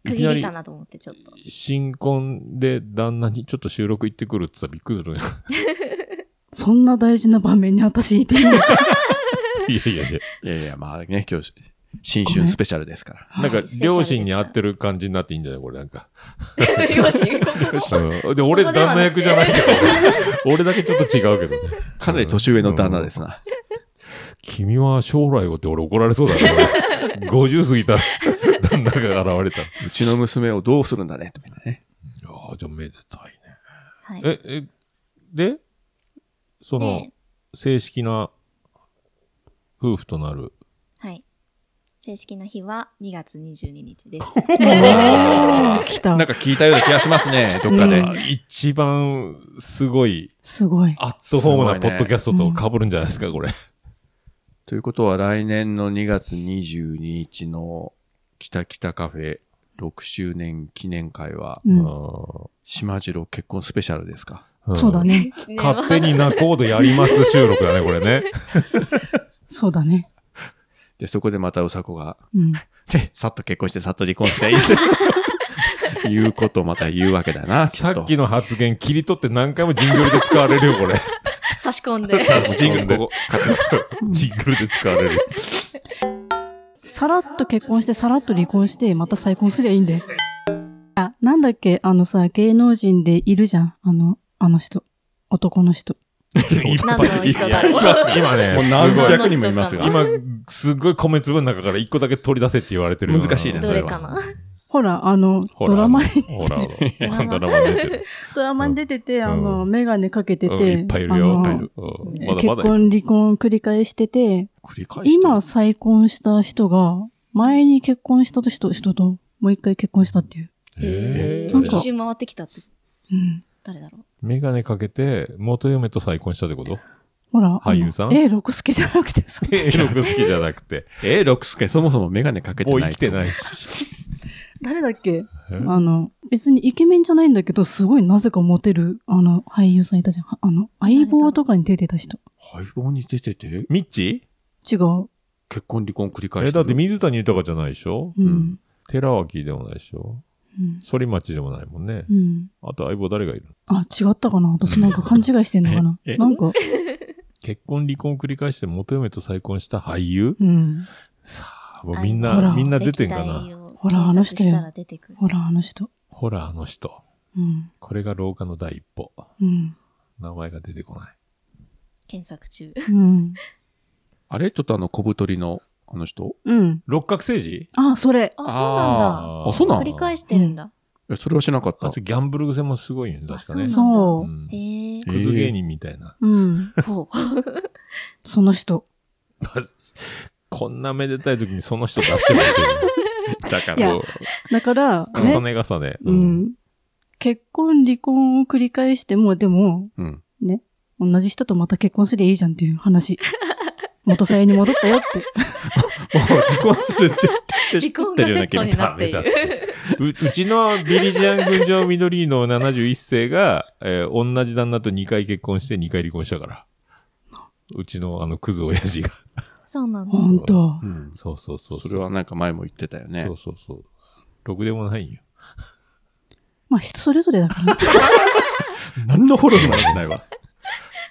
い
区
き
切
な
り
り
か、なと思って、ちょっと。
新婚で旦那にちょっと収録行ってくるって言ったらびっくりするね。
<laughs>
そんな大事な場面に私いていいのか。
いやいやいや。
いやいや、まあね、今日、新春スペシャルですから。
なんか、両親に会ってる感じになっていいんじゃないこれな
<laughs>
んか。
両親、ここ
うんで、俺、
ここではな
旦那
く
役
て
じゃないけど。俺だけちょっと違うけどね。
かなり年上の旦那ですな。
君は将来をって俺怒られそうだね。50過ぎた旦那が現れた。
うちの娘をどうするんだね、とかね。
ああ、じゃあめでたいね。
はい。
え、え、で、その
で、、
正式な夫婦となる。
はい。正式な日は2月22日です。
おー来た
なん。か聞いたような気がしますね、どっか
う
で。
ん
一番すごい
すごい。
アットホームな
すご
ポ
いね
ッドキャストと被るんじゃないですか、これ。
ということは来年の2月22日の北北カフェ6周年記念会は、
うん
島次郎結婚スペシャルですか。
ん
そうだ。ね。
勝手にナコードやります収録だね、これね。
<laughs> そうだね。
で、そこでまたうさこが、
うん。
で、さっと結婚して、さっと離婚していいって、いうことをまた言うわけだな、き
<laughs> さ
っと。
っきの発言切り取って何回もジングルで使われるよ、
<laughs>
これ。
差し込んで。
もうジングルここ、
ジングルで使われる。
さらっと結婚して、さらっと離婚して、また再婚すりゃいいんだよ。あ、なんだっけ、あのさ、芸能人でいるじゃん。あの、あの人。男の人。
いっぱい
何の人だろう
今今ね、
もう
す
何
ごい。
百人もいますが。
今、すっごい米粒の中から一個だけ取り出せって言われてるような。
難しいね
どれかな
ほら、あの、
ほら
ドラマに、
ほら、
<laughs>
ほ
ドラマ
ら、ドラマ出てる。
ドラマに出てて、あ
う
の、
ん
メガネかけて
うん
て、
いっぱいいる
あ
よ、い
の
っぱいいる。うんまだ
結
まだいる。
婚、離婚繰り返してて、
繰り返してる。
今再婚した人が、前に結婚した人と人と、もう一回結婚したっていう。
へ
へ
ー
ー
なんか
一周回ってきたって
うん。
誰だろ
メガネかけて、元嫁と再婚したってこと
ほら。
俳優さん。
え、六助じゃなくてさ
え、ロ好きじゃなくて。
えー、六助、そもそもメガネかけて
もう
ない。。
生きてないいし。
誰だっけ
え
あの、別にイケメンじゃないんだけど、すごいなぜかモテる、あの、俳優さんいたじゃん。はあの、相棒とかに出てた人。
相棒に出てて、
ミッチ
違う。
結婚離婚繰り返してる。
え、だって水谷豊じゃないでしょ
う
うんん。
寺脇でもないでしょ
うん。
反町でもないもんね。
うん。
あと相棒誰がいるの
あ、違ったかな私なんか勘違いしてんのかな
ええ
なんか、
結婚離婚を繰り返して元嫁と再婚した俳優
うん。
さあ、もうみん
ほ
な、
ら
みん
う
な出てんか
歴
な
代。を
ほらあの人よ
検索したら出てくる
ほら、あの人。
ほら、あの人。
うん。
これが廊下の第一歩。
うん。
名前が出てこない。
検索中
うん。
あれちょっとあの、小太りの、あの人
うん。
六角星人
あ、それ。
あそう
あそうな
なん
の
だ繰り返してるんだ
えそれはしなかっ
あ
た。
とギャンブル癖もすごいんですかね
あ。
そうう。
ん
へえ
クズ芸人みたいな。
うん。
ほ
その人。
こんなめでたい時にその人出してもらってる。だか
いや
ら、もう
だから、
重
ね。
ね重ね。
う。ん。結婚、離婚を繰り返しても、でも、
うん。
同じ人とまた結婚すりゃいいじゃんっていう <laughs> 話。元妻に戻ったよって。
もう離婚する絶対
う
知
離
っ
婚
て
が
る
セ
ような
ッ
気
ト
が
になってい
ダメだ
る
ううちのビリジアン群青緑の71世が、えー同じ旦那と2回結婚して2回離婚したから。うちのあのクズ親父が。
そうなんだ
ほんと。
うん。
そうそうそう
それはなんか前も言ってたよね。
そうそうそう。ろくでもないよ。
まあ人それぞれだからね。 <laughs>
何のフォローもしてないわ。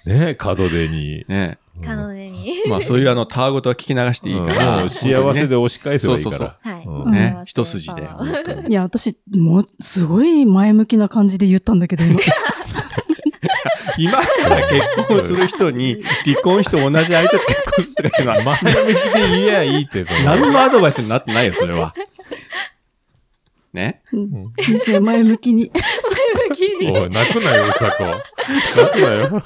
ねえ、角出に。
ね
彼女に
え。まあそういうあの、たわごとは聞き流していいから。
もう幸せで押し返せばいいか
そ
ら。
うそう
はい
う
幸
ん
せ
ね。一筋で。
パワー
本当に
いや、私、もう、すごい前向きな感じで言ったんだけど、 <laughs> 今。
今から結婚する人に、離婚して同じ相手と結婚するとか今、 <laughs> まあ、
前向きで言えばいいって。その
何のアドバイスになってないよ、それは。 <laughs> ね。
うん
人生前向きに。
おい、泣くなよ、うさこ。泣くなよ。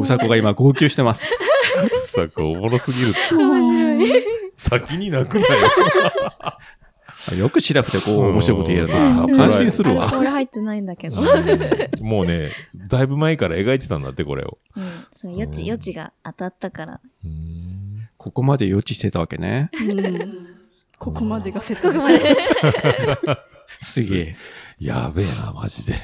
うさこが今号泣してます。
うさこ、おもろすぎるって。
面白い
先に泣くなよ。
よくシラフでこう、面白いこと言えるな
うん
感心する
アルコー
わ。
ル入ってないんだけど
うんもうね、だいぶ前から描いてたんだって、これを。
うんそう余地余地が当たったから
うん
ここまで予知してたわけね。
うんここまでが説得。
すげえ。
やべえな、マジで。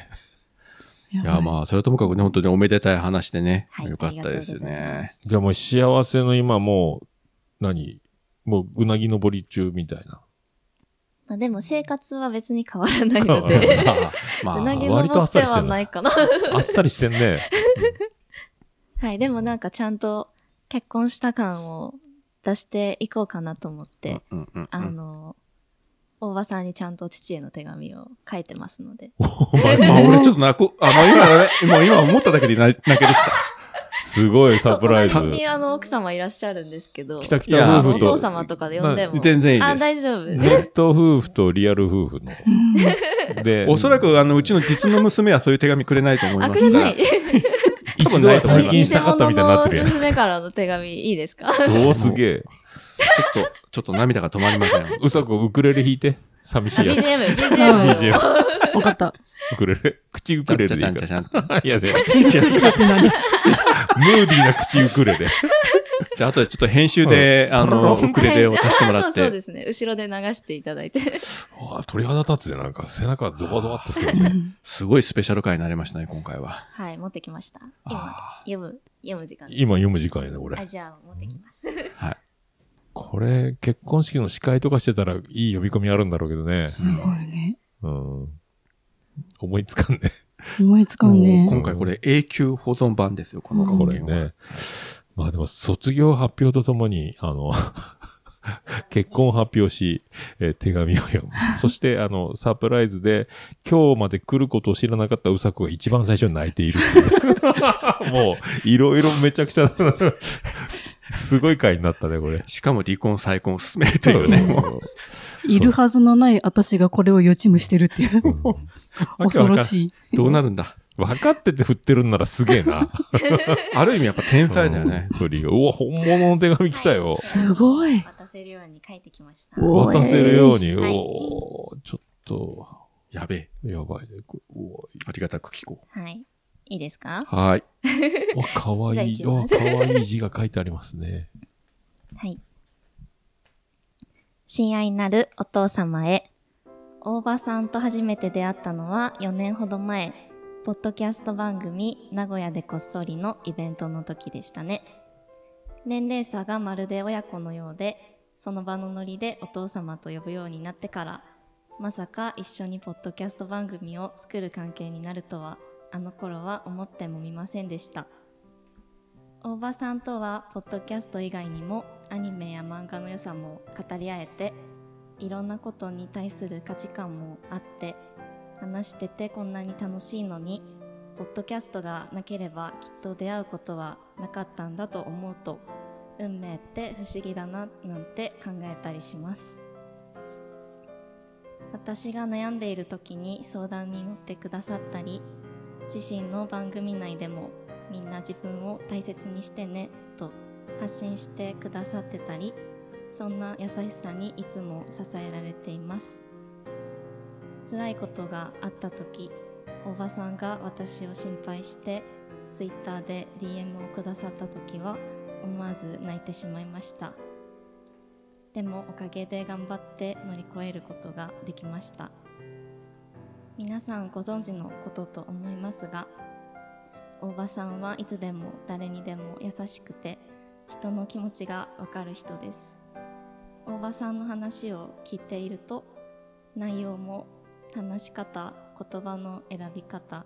いや、まあ、それはともかくね、本当におめでたい話でね。
はい
よかったです
あ
よ
りがとうございま
ね。
じゃあもう幸せの今もう、何もう、うなぎ登り中みたいな。
まあでも生活は別に変わらないの
ま
で <laughs>
あ
ま
う
あ、
なぎ
割と
登
あっ
っ
さ
て
りして
は
るな
ないかな。
あっさりしてんね。
はい、でもなんかちゃんと結婚した感を出していこうかなと思って、
うんうんう
あ
ん。
の、大場さんにちゃんと父への手紙を書いてますので。
お前
まあ、俺ちょっと泣く。あ、もう <laughs> 今、もう今思っただけで泣泣けてきた。
すごいサプライズ。
隣にあの奥様いらっしゃるんですけど、
きたき
いや
た
あの
夫
お
婦と。
父様とかで呼んでも。
全然い
あ、
いで
大丈夫。
ネット夫婦とリアル夫婦の。で、
す。おそらく、あの、うちの実の娘はそういう手紙くれないと思い
あ、
ます
くれない。
多
一
分
度
ない
は
と思い
体
ます
験したかったみたいになってるや
<laughs> 偽物の娘からの手紙いいですか
ん。おお、すげえ。
ちょっと、ちょっと涙が止まりません。
うさこ、ウクレレ弾いて。寂しいやつ。
?BGM、BGM。。
BGM
わかった。
ウクレレ。口ウ
ちゃ
ク
ん
レ
ち
レ
ゃ
で
ち
い
ゃ
い
ん
か
ちゃ
ら。
ちゃん。
いや、全然
って何
ムーディーな口ウクレレ。
じゃあ、後でちょっと編集で、あの、ウクレレを足してもらっ
<laughs> そうそう
て。
ですね。後ろで流していた
<laughs>
だいて。
あ鳥肌立つで、なんか背中ゾワゾワってするね。
すごいスペシャル回になりましたね、今回は。
はい、持ってきました。今、読む、読む時間。
今読む時間やね、こ
あ、
れ。
じゃあ持ってきます。
これ、結婚式の司会とかしてたらいい呼び込みあるんだろうけどね。
すごいね。
うん。思いつかんね。
思いつかん
もう
ね。
今回これ永久保存版ですよ、この
こ
音
れ
源は
ね。。まあでも、卒業発表とともに、あの、 <laughs> 結婚を発表し、えー手紙を読む。
<laughs>
そして、あの、サプライズで、今日まで来ることを知らなかったうさこが一番最初に泣いているってい
<laughs>
うもう、いろいろめちゃくちゃ、すごい回になったね、これ。
しかも離婚再婚を進めるというね、もう。
いるはずのない私がこれを予知夢してるっていう。恐ろしい。
どうなるんだ。
分かってて振ってるんならすげ
<laughs>
えな。
ある意味やっぱ天才だよね。
うん。鳥がうわ、本物の手紙来たよ。
すごい。
渡せるように書いてきました。
お
渡せるように。
はい
おーちょっと、
やべえ。
やばいね。こおー
ありがたく聞こ
はい。いいですか
う。はーい。
わ、かわい
じ
い。
ゃあ行
わ、
き
かわいい字が書いてありますね。
はい。親愛なるお父様へ。大場さんと初めて出会ったのは4年ほど前、ポッドキャスト番組名古屋でこっそりのイベントの時でしたね。年齢差がまるで親子のようで、その場のノリでお父様と呼ぶようになってから、まさか一緒にポッドキャスト番組を作る関係になるとは、あの頃は思ってもみませんでした。大場さんとはポッドキャスト以外にもアニメや漫画の良さも語り合えていろんなことに対する価値観もあって話しててこんなに楽しいのにポッドキャストがなければきっと出会うことはなかったんだと思うと運命って不思議だななんて考えたりします私が悩んでいる時に相談に乗ってくださったり自身の番組内でもみんな自分を大切にしてねと発信してくださってたりそんな優しさにいつも支えられています辛いことがあった時おばさんが私を心配してツイッターで DM をくださった時は思わず泣いてしまいましたでもおかげで頑張って乗り越えることができました皆さんご存知のことと思いますが大場さんはいつでも誰にでも優しくて人の気持ちがわかる人です大場さんの話を聞いていると内容も話し方言葉の選び方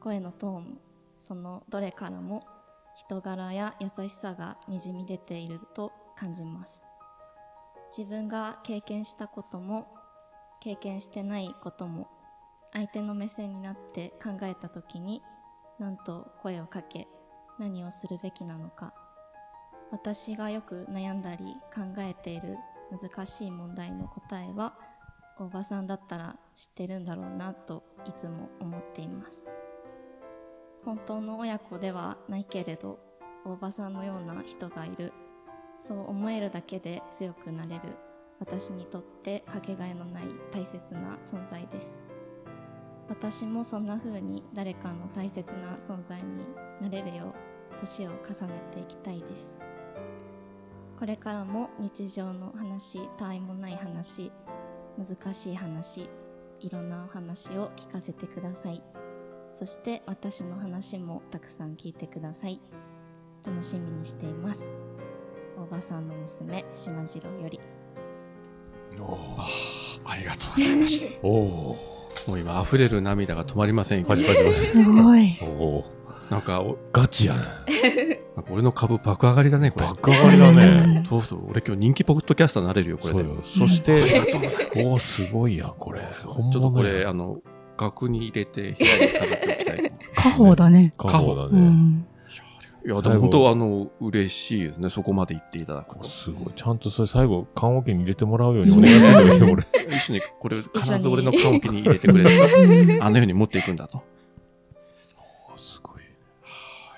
声のトーンそのどれからも人柄や優しさがにじみ出ていると感じます自分が経験したことも経験してないことも相手の目線になって考えた時になんと声をかけ何をするべきなのか私がよく悩んだり考えている難しい問題の答えはおばさんだったら知ってるんだろうなといつも思っています本当の親子ではないけれどおばさんのような人がいるそう思えるだけで強くなれる私にとってかけがえのない大切な存在です私もそんな風に誰かの大切な存在になれるよう年を重ねていきたいですこれからも日常の話たわいもない話難しい話いろんなお話を聞かせてくださいそして私の話もたくさん聞いてください楽しみにしていますおばさんの娘島次郎より
ありがとうございました。
おお
もう今溢れる涙が止まりませんよ。
パチパチパチ。
<laughs>
すごい。
おおー
なんかお、
ガチやね。
なんか俺の株爆上がりだね、これ。
爆上がりだね。
<laughs> そうそう。俺今日人気ポッドキャスターになれるよ、これ
そ
で。
う
ちょ
よ。そして、
ありがとうございます
おおすごいやん、これ。本
っとこ
物
れ、
や
あ
ん。
の、額に入れて、部屋に飾っておきたい。
家宝だね。
過保だ
う
ね。
ん。
<laughs> いや、
最後
でも本当あの、嬉しいですね。そこまで言っていただくと。
すごい。ちゃんとそれ最後、棺桶に入れてもらうようにお願いするよ、俺。
<laughs> 一緒に、これ、必
一緒
ず
に
俺の顔置きに入れてくれる。 <laughs> あのように持っていくんだと。
おすごい。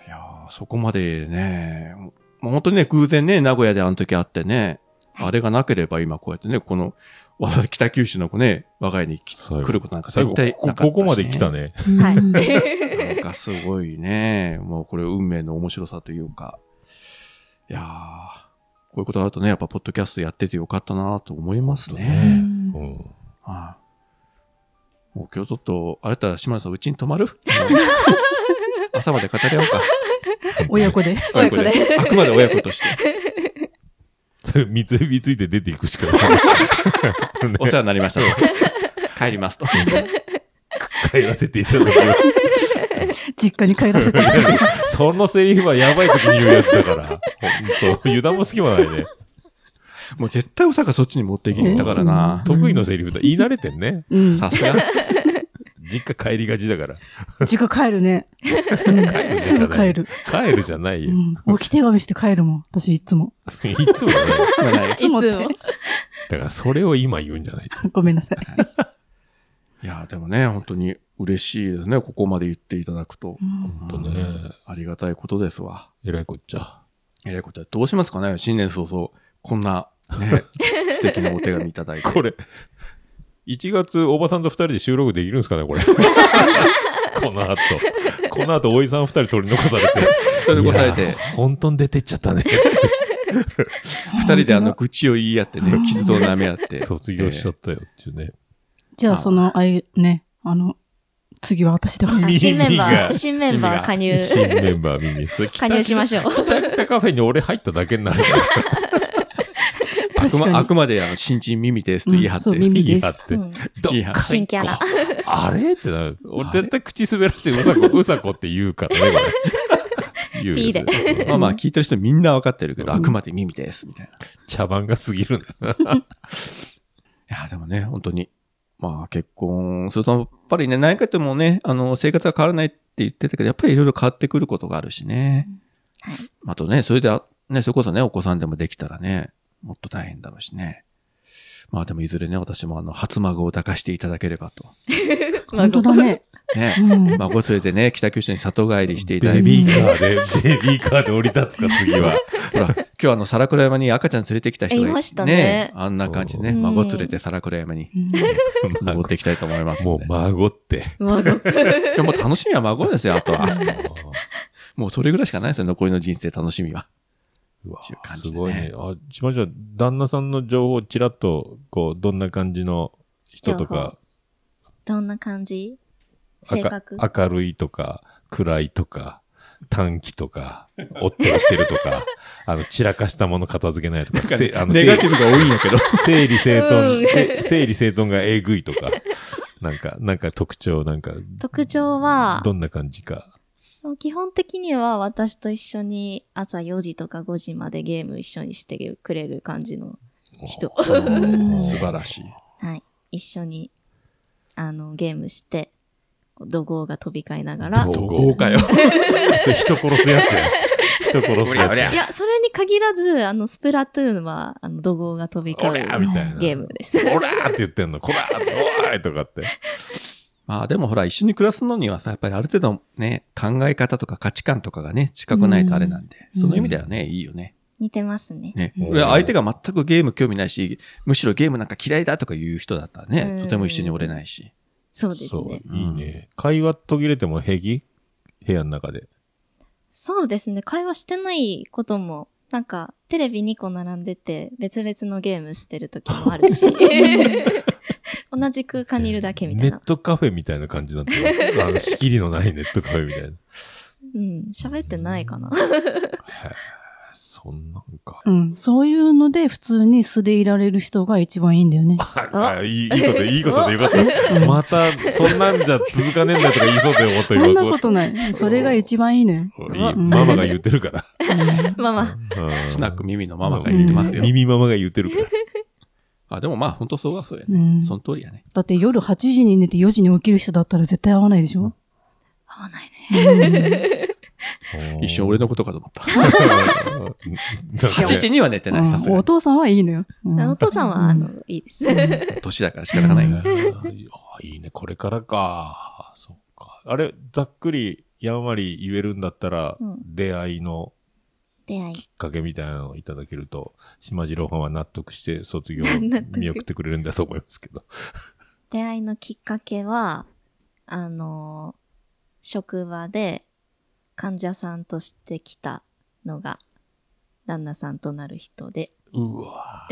いやーそこまでね、もう本当にね、偶然ね、名古屋であの時会ってね、あれがなければ今こうやってね、この、わざわざ北九州の子ね、我が家に来
最後
来ることなんか
最
絶
後、
対
こ
なか
こ
ったし、ね。
ここまで来たね。
はい
うん
なんかすごいね。もうこれ運命の面白さというか。いやー、こういうことあるとね、やっぱポッドキャストやっててよかったなと思いますね。
ねうん。
はいもう今日ちょっと、あれだったら島根さんうちに泊まる <laughs> 朝まで語り合おうか。
<laughs> 親子で。
親子で
あくまで親子として。
それ <laughs> 三つ指ついて出ていくしかない。ね
お世話になりましたと。帰りますと。
帰らせていただくよ。
実家に帰らせて。
<laughs> そのセリフはやばい時に言うやつだから。本当油断も隙間ないね。
もう絶対お酒そっちに持っていきに行ったからな。
得意のセリフだ。言い慣れてんね。
うん。
さすが。 <laughs>
実家帰りがちだから。
実家帰るね。うんすぐ帰る。
帰るじゃないうよ。
ん。置き手紙して帰るもん。私いつも。
いつもだね。
今ない
いつもって
いつも。
だからそれを今言うんじゃないと。
<laughs> ごめんなさい。
いや、でもね、本当に嬉しいですね。ここまで言っていただくと。
うん
本当ね
うんありがたいことですわ。
えらいこっちゃ。
えらいことはどうしますかね新年早々、こんな、ね、 <laughs> 素敵なお手紙いただいて。
これ、1月おばさんと2人で収録できるんですかね、これ。 <laughs> この後。この後、おいさん2人取り残されて。
取り残されて
いやー。本当に出てっちゃったね。
二人であの、愚痴を言い合ってね、傷と舐め合って。
卒業しちゃったよっていうね。
じゃあ、その、あい、ね、あの、次は私だ。
あ
耳が
新メンバー、新メンバー加入、
新メンバー耳。それ
加入しま
し
しょう。
ょう。北北カフェに俺入っただけになる。
あく
確かに
まあくまであの新人耳ですと言い張って。
うんそう、耳
いい
で
やっ
す。
て
うん
ど
いい話
新キャラ。
あれってなる。俺絶対口滑らしてうさこ、うさこって言うからね、こ
<laughs>
れ。言う
ピーで
まあまあ聞いてる人みんなわかってるけど、
うん
あくまで耳です、みたいな。い
茶番が過ぎるんだよ
や、でもね、本当に。まあ結婚すると、やっぱりね、何回ってもね、あの、生活が変わらないって言ってたけど、やっぱりいろいろ変わってくることがあるしね。あとね、それで、あね、それこそね、お子さんでもできたらね、もっと大変だろうしね。まあでもいずれね、私もあの、初孫を抱かしていただければと。
本当だね。
ね。
<laughs>
うん。
孫連れてね、北九州に里帰りしていただ
ベ
いて。
ビーカーで、ベビーカーで降り立つか、次 <laughs> は。
ほら、今日あの、皿倉山に赤ちゃん連れてきた人が
いましたね
あんな感じでね、
うん
孫連れて皿倉
<laughs>
山に
うん
登っていきたいと思いますんで。
もう孫 <laughs> って。
いやもう楽しみは孫ですよ、あとは。もうそれぐらいしかないですよ、残りの人生楽しみは。
うわ
っていう感じですね
ごいね。あ、ちまちゃん、旦那さんの情報、ちらっと、こう、どんな感じの人とか、
どんな感じ性
あ
格
か明るいとか、暗いとか、短期とか、おっとりしてるとか、 <laughs> あの、散らかしたもの片付けないとか、せあの
ネガティブが多いんやけど。
<laughs>
整理整
うん
頓、せ整理整頓がえぐいとか、なんか、なんか特徴、なんか、
特徴は、
どんな感じか。
基本的には私と一緒に朝4時とか5時までゲーム一緒にしてくれる感じの人。
うん素晴ら <laughs> しい。
はい。一緒に、あの、ゲームして、怒号が飛び交いながら。
怒
い
号
豪華よ。
それ人殺すやつや。人殺す
おりゃお
や
り
つ。
や、それに限らず、あの、スプラトゥーンは、あの、怒号が飛び
お
交
らー
う
みたいな。
ゲームです。
おらーって言ってんの。こらーおーいとかって。
まあでもほら、一緒に暮らすのにはさ、やっぱりある程度ね、考え方とか価値観とかがね、近くないとあれなんで、
うん
その意味ではね、いいよね。
似てますね。
ね。
うん
俺相手が全くゲーム興味ないし、むしろゲームなんか嫌いだとか言う人だったら
う
ね
ん、
とても一緒におれないし。
そうですね。
いいね。会話途切れても平気部屋の中で。
そうですね。会話してないことも、なんか、テレビ2個並んでて、別々のゲームしてる時もあるし。同じ空間にいるだけみたい
ネッ
な。
トカフェみたいな感じになってる。あの、仕切りのない <laughs> ネットカフェみたいな。
うん。喋ってないかな。
へーそんなんか。
うん。そういうので、普通に素でいられる人が一番いいんだよね。
あ
あいい、いいこと、いいことでよかった。 <laughs> また、そんなんじゃ続かねえんだとか言いそうだよ、思った
そ
今
んなことない。それが一番いいのよ。
こういいママが言ってるから。
まあまあ、
うん
スナック耳のママが言ってますよ。
耳ママが言ってるから。
あ、でもまあ本当そうはそうや
う
ね。
ん。
その通りやね。
だって夜8時に寝て4時に起きる人だったら絶対会わないでしょ
合わないね。
一瞬俺のことかと思った。
8
8時には寝てない、さす
うん
が
お
に。
父さんはいいのよ。うん
お父さんは、あの、いいです。 <laughs>
年だから仕方がない。
いいね、これからか。そっか。あれ、ざっくり、やんわり言えるんだったら、
うん
出会いの
出会い。
きっかけみたいなのをいただけると、島次郎ファンは納得して卒
<laughs>
業を
納得
見送ってくれるんだと思いますけど。
出会いのきっかけは、あの、職場で患者さんとして来たのが、旦那さんとなる人で、
うわ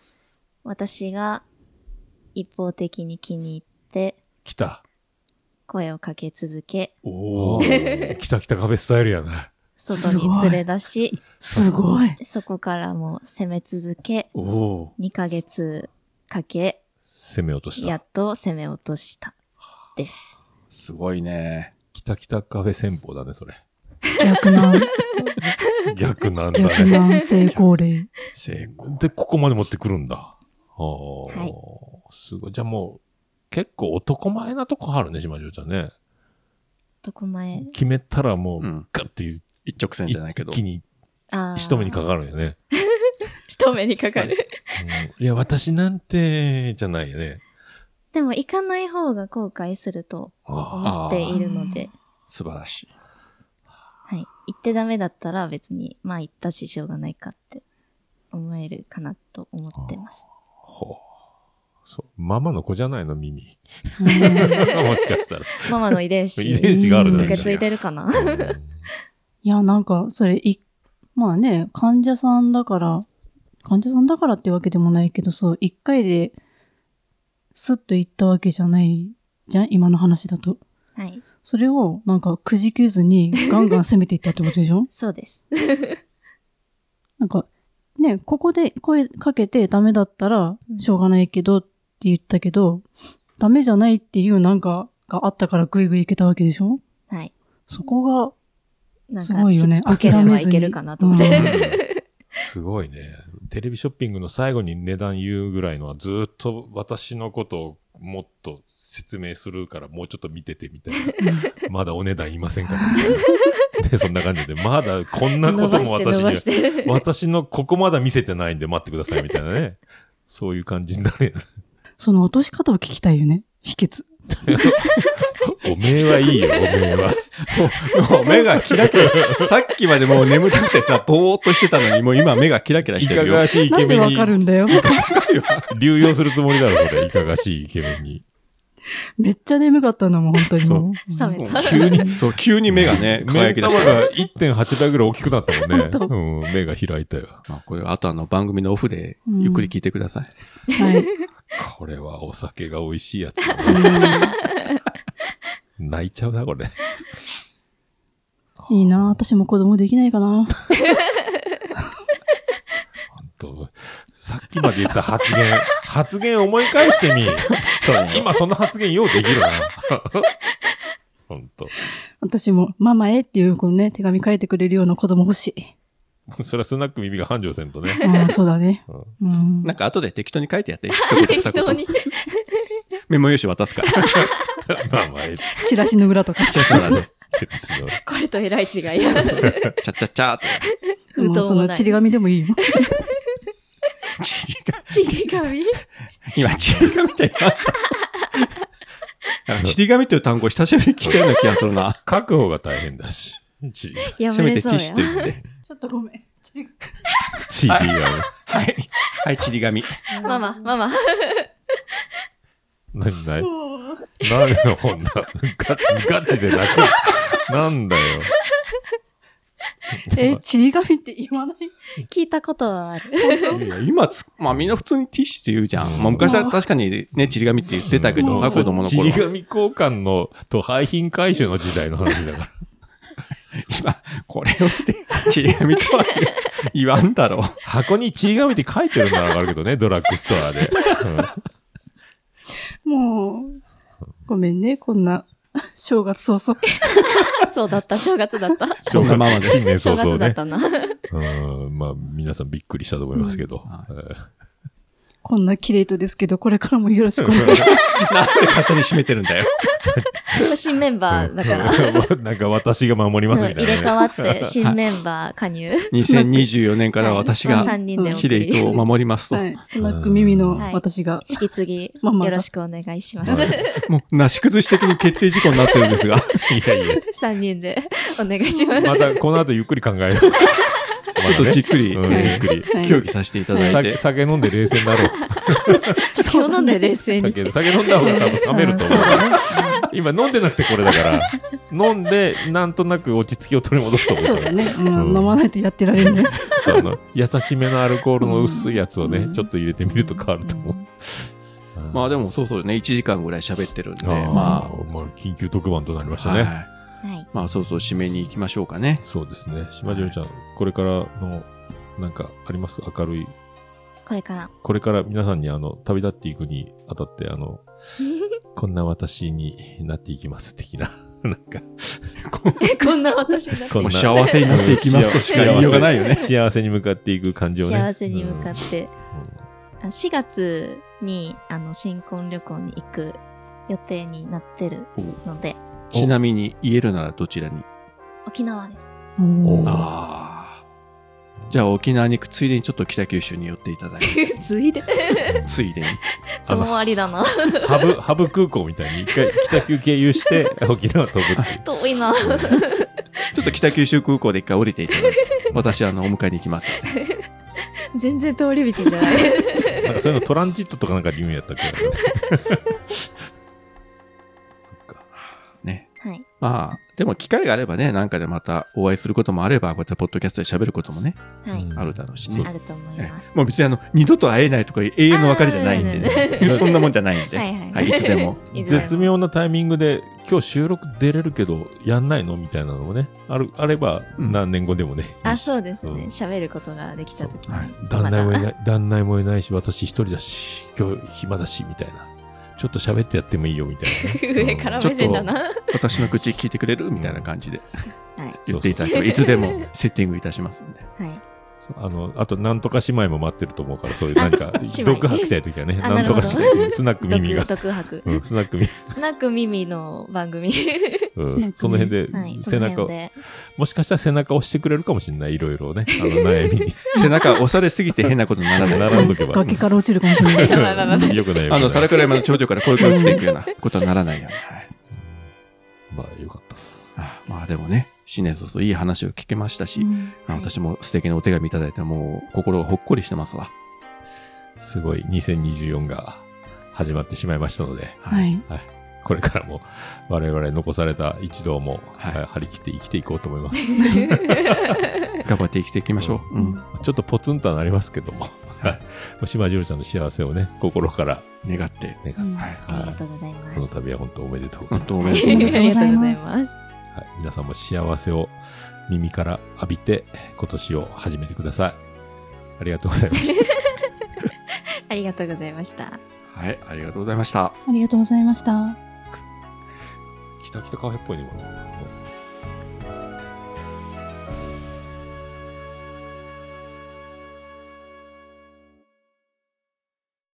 <laughs> 私が一方的に気に入って、
来た。
声をかけ続け、
おー。来た来たカフェスタイルやな。
外に連れ出し、
すごい。
そこからも攻め続け、
おお
2ヶ月かけ、
攻め落とし
や
た
っ。と攻め落とした。です。
すごいね。
来た来たカフェ戦法だね、それ。
逆難、
逆なんだ
逆
ね。
難成功例。
成功。
で、ここまで持ってくるんだ。ああ、
はい
すごい。じゃあもう、結構男前なとこあるね、島城ちゃんね。
男前。
決めたらもう、
うん
ガッていう、
一直線じゃないけど
一。気に
ああ。
一目にかかるよね。
人目にかかる。
うんいや、私なんて、じゃないよね。
でも行かない方が後悔すると思っているので、
素晴らしい。
はい。行ってダメだったら別に、まあ行ったししょうがないかって思えるかなと思ってます。
ほう。そう。ママの子じゃないの、耳。
うん
<laughs> もしかしたら。
ママの遺伝子。
<laughs> 遺伝子がある
うん
だ
受
け
け
だ
継いでるかな
いや、なんか、それ、い、まあね、患者さんだから、患者さんだからってわけでもないけど、そう、一回で、スッと行ったわけじゃないじゃん今の話だと。
はい。
それを、なんか、くじけずに、ガンガン攻めていったってこと
<laughs>
でしょ
そうです。
なんか、ね、ここで声かけてダメだったら
う、ん
しょうがないけどって言ったけど、ダメじゃないっていうなんかがあったからグイグイ行けたわけでしょ
はい。
そ
<laughs>
こ
なん
すごいよね
しつければ
諦めず
い
に
けるかなと思って。
うん
すごいね。テレビショッピングの最後に値段言うぐらいのはずーっと私のことをもっと説明するからもうちょっと見ててみたいな。まだお値段言いませんから、
<laughs>
ね。そんな感じで、まだ
<laughs>
こんなこ
伸ば
とも
して
私
伸
には
ばして。
<laughs> 私のここまだ見せてないんで待ってくださいみたいなね。そういう感じになる
が、その落とし方を聞きたいよね。秘訣。
よね。おめえはいいよ、おめえは。
もう <laughs> 目がキラキラ。 <laughs> さっきまでもう眠たくてさ、ぼーっとしてたのに、もう今目がキラキラ
い
して
か
るよ。
がわしいイ
な
ケ
んで
メン
わ
に <laughs>
かるんだよ。 <laughs>
流用するつもりだろ、それ。いかがわしいイケメンに。
めっちゃ眠かったんだもん、本当にもう。
冷めた。
急に、そう、急に目がね、輝き出した
<laughs> 目ん。玉が1.8倍ぐらい大きくなったも
<laughs>
んね。
本
うん、目が開いたよ。
まあ、これ、あとあの、番組のオフで、ゆっくり聞いてください。
<laughs>
はい。
これはお酒が美味しいやつだな。泣いちゃうな、これ。
いいな私も子供できないかな。
ほんとさっきまで言った
<laughs>
発言、発言思い返してみ。今その発言ようできるな。 <laughs> ほんと。
私も、ママへっていう、このね、手紙書いてくれるような子供欲しい。
それはスナック耳が繁盛せんとね。 <laughs>
ああ、そうだね。うん
な。んか後で適当に書いてやって、一言
適
二
当
言。
に。
メモ用紙渡すから。
まあまあ、ええ
チラシの裏とか。
ちゃちゃだね。
チラシの
これとえらい違い
<laughs>
や。
ちゃちゃちゃーって。
封
もう
筒
そ
も
の
ない。
ちり紙でもいいよ。
ちり紙
今、ちり紙って言いました。ちり紙という単語久しぶりに聞いたような気がするな。
書く方が大変だし。ち、
や
せ
め
め
れ
てテ
そ
ィ
うや
ッシュと。言って。
ちょっとごめん。
ちりがね。
はい。はい、ちり紙。
ママ、ママ。
何ないなんだよ、こんな。ガガチで泣く。なんだよ。
え、ちり紙って言わない
聞いたことはある。
いや今つ、まあみんな普通にティッシュって言うじゃん。まあ昔は確かにね、ちり紙って言ってたけどさ、子供の
ち
頃
り。紙交換の、と廃品回収の時代の話だから。
今、これを見て、ちり紙とは言わんだろう。
箱にちり紙って書いてるのはわかる
<laughs>
けどね、ドラッグストアで。
もう、ごめんね、こんな、正月早々。
そうだった、正月だった。
そんなままで
<laughs> 新年早
正月
々
だっ
ね。
たな。
うん、まあ、皆さんびっくりしたと思いますけど。
こんなキレイトですけど、これからもよろしくお願いします。
なんで勝手に閉めてるん <laughs> だよ。
新メンバーだから。
うん <laughs> なんか私が守り
うん
ますみ
入
た
れ
い
替
なね。
わって新メンバー加入。
2024年から私が、
3人でお
キ
送
レイ
り。
トを守りますと。
はい。スナック耳の私が。
引き継ぎ、
ママが
よろしくお願いします。 <laughs>
もう、なし崩し的に決定事項になってるんですが。
いやいや。
3人でお願いします。 <laughs>
また、この後ゆっくり考
<laughs>
える。ちょ
ちょっとじっくり、
うんじ
<laughs>
っくり。
はい
協議させていただい
酒
て。
酒飲んで冷静になろう。
酒を飲んで冷静に。
<laughs> 酒酒飲んだ方が多分冷めると <laughs> 思う。今飲んでなくてこれだから、 <laughs> 飲んでなんとなく落ち着きを取り戻すと思うか
そう
ら
だね。う
うん
ん。飲まないとやってられんね。
ちょっとあの優しめのアルコールの薄いやつをね、
うん
ちょっと入れてみると変わると思う。
まあでも、そうそうね、1時間ぐらい喋ってるんで、
あー、
ま
まあ、緊急特番となりま
あ、
したね。
はい
はい。
まあそうそう、締めに行きましょうかね。
そうですね。島城ちゃん、これからの、なんかあります明るい。
これから。
これから皆さんにあの、旅立っていくにあたって、あ <laughs> の、こんな私になっていきます、的な。なんか、
<laughs> <laughs> こんな私になって
こん
もう
な
幸せになっていき
<laughs>
ますとしか言いようがないよね。
幸せに向かっていく感じをね。
幸せに向か
っ
って、あ4月に、あの、新婚旅行に行く予定になってるので、
ちなみに、言えるならどちらに
沖縄です。
おー
お
ああ。じゃあ沖縄に行くついでにちょっと北九州に寄っていただい
<laughs>
て、
ついで。
ついでに。
あの
遠回りだな。
ハブ、 <laughs> ハブ空港みたいに一回 <laughs> 北九経由して沖縄飛ぶっていう。
遠い <laughs> な。
ちょっと北九州空港で一回降りていた
<laughs>
だいて、私あのお迎えに行きます。
全然通り道じゃない。
なんかそういうのトランジットとかなんか理由やったっけそっか。
ね。
はい。
まあ、でも機会があればね、なんかでまたお会いすることもあれば、こうやってポッドキャストで喋ることもね、
はい。
うん
あるだろうし
そ
ね
う
あ。ると思い
え
ます。
もう別にあの、二度と会えないとか永遠の別れじゃないんで
あー
<laughs> ね。そんなもんじゃないんで。
はいはい
い、いつでも。
いずれも
絶妙なタイミングで今日収録出れるけどやんないのみたいなのもね、ある、あれば
うん
何年後でもね。
あ、そうですね
うん。
喋ることができたとき
そうはい
に。
旦那も
ま
い
だ
ない、旦那もいないし、私一人だし、今日暇だし、みたいな。ちょっと喋ってやってもいいよ、みたいな。
<laughs> 上から目線だな。は
私の口聞いてくれるみたいな感じで
い。
言っていただければ、いつでもセッティングいたしますんで。
はい。
そうあの、あと、なんとか姉妹も待ってると思うから、そういうなんか
<laughs> 姉、妹
毒吐きたい時はね、
あ
なんと
な
か
る
し
ほど <laughs>
ないスナック耳
独
が。
特白。
うん、スナック耳。
スナック耳の番組。
うん、その辺で
はい。そ
背
の
中
辺
を、
で。
もしかしたら背中を押してくれるかもしれない、いろいろね。あ
<laughs>
の、悩みに。
背中押されすぎて変なことにならない。
並んどけば。
崖から落ちるかもしれない。
やばいやばいやばい
よくないよ。
あの、
さ
皿倉山の頂上から声が落ちていくようなことにならないように。はい
まあ、よかったっす。
あまあでもね、新年早々いい話を聞けましたし、
うん
あ
はい
私も素敵なお手紙いただいて、もう心がほっこりしてますわ。
すごい、2024が始まってしまいましたので、
はい。
これからも我々残された一同も、
はい
はい張り切って生きていこうと思います。
頑張って生きていきましょう。
<laughs>
うん。
ちょっとポツンとはなりますけども、はい。島次郎ちゃんの幸せをね、心から
願って。
願って、
うん
ありがとうござい
こ
ま
の
す。
度は本当おめでとう <laughs> ござい
本
ます。
当おめでとうござい <laughs> ます
<laughs>
あ
あ
り
りが
が
と
とう
う
ご
ご
ざ
ざい
いま
ますす。
はい、皆さんも幸せを耳から浴びて今年を始めてください。ありがとうございました。
ありがとうございました。
はい、ありがとうございました。
ありがとうございました。
きたきたカフェっぽいね、今の。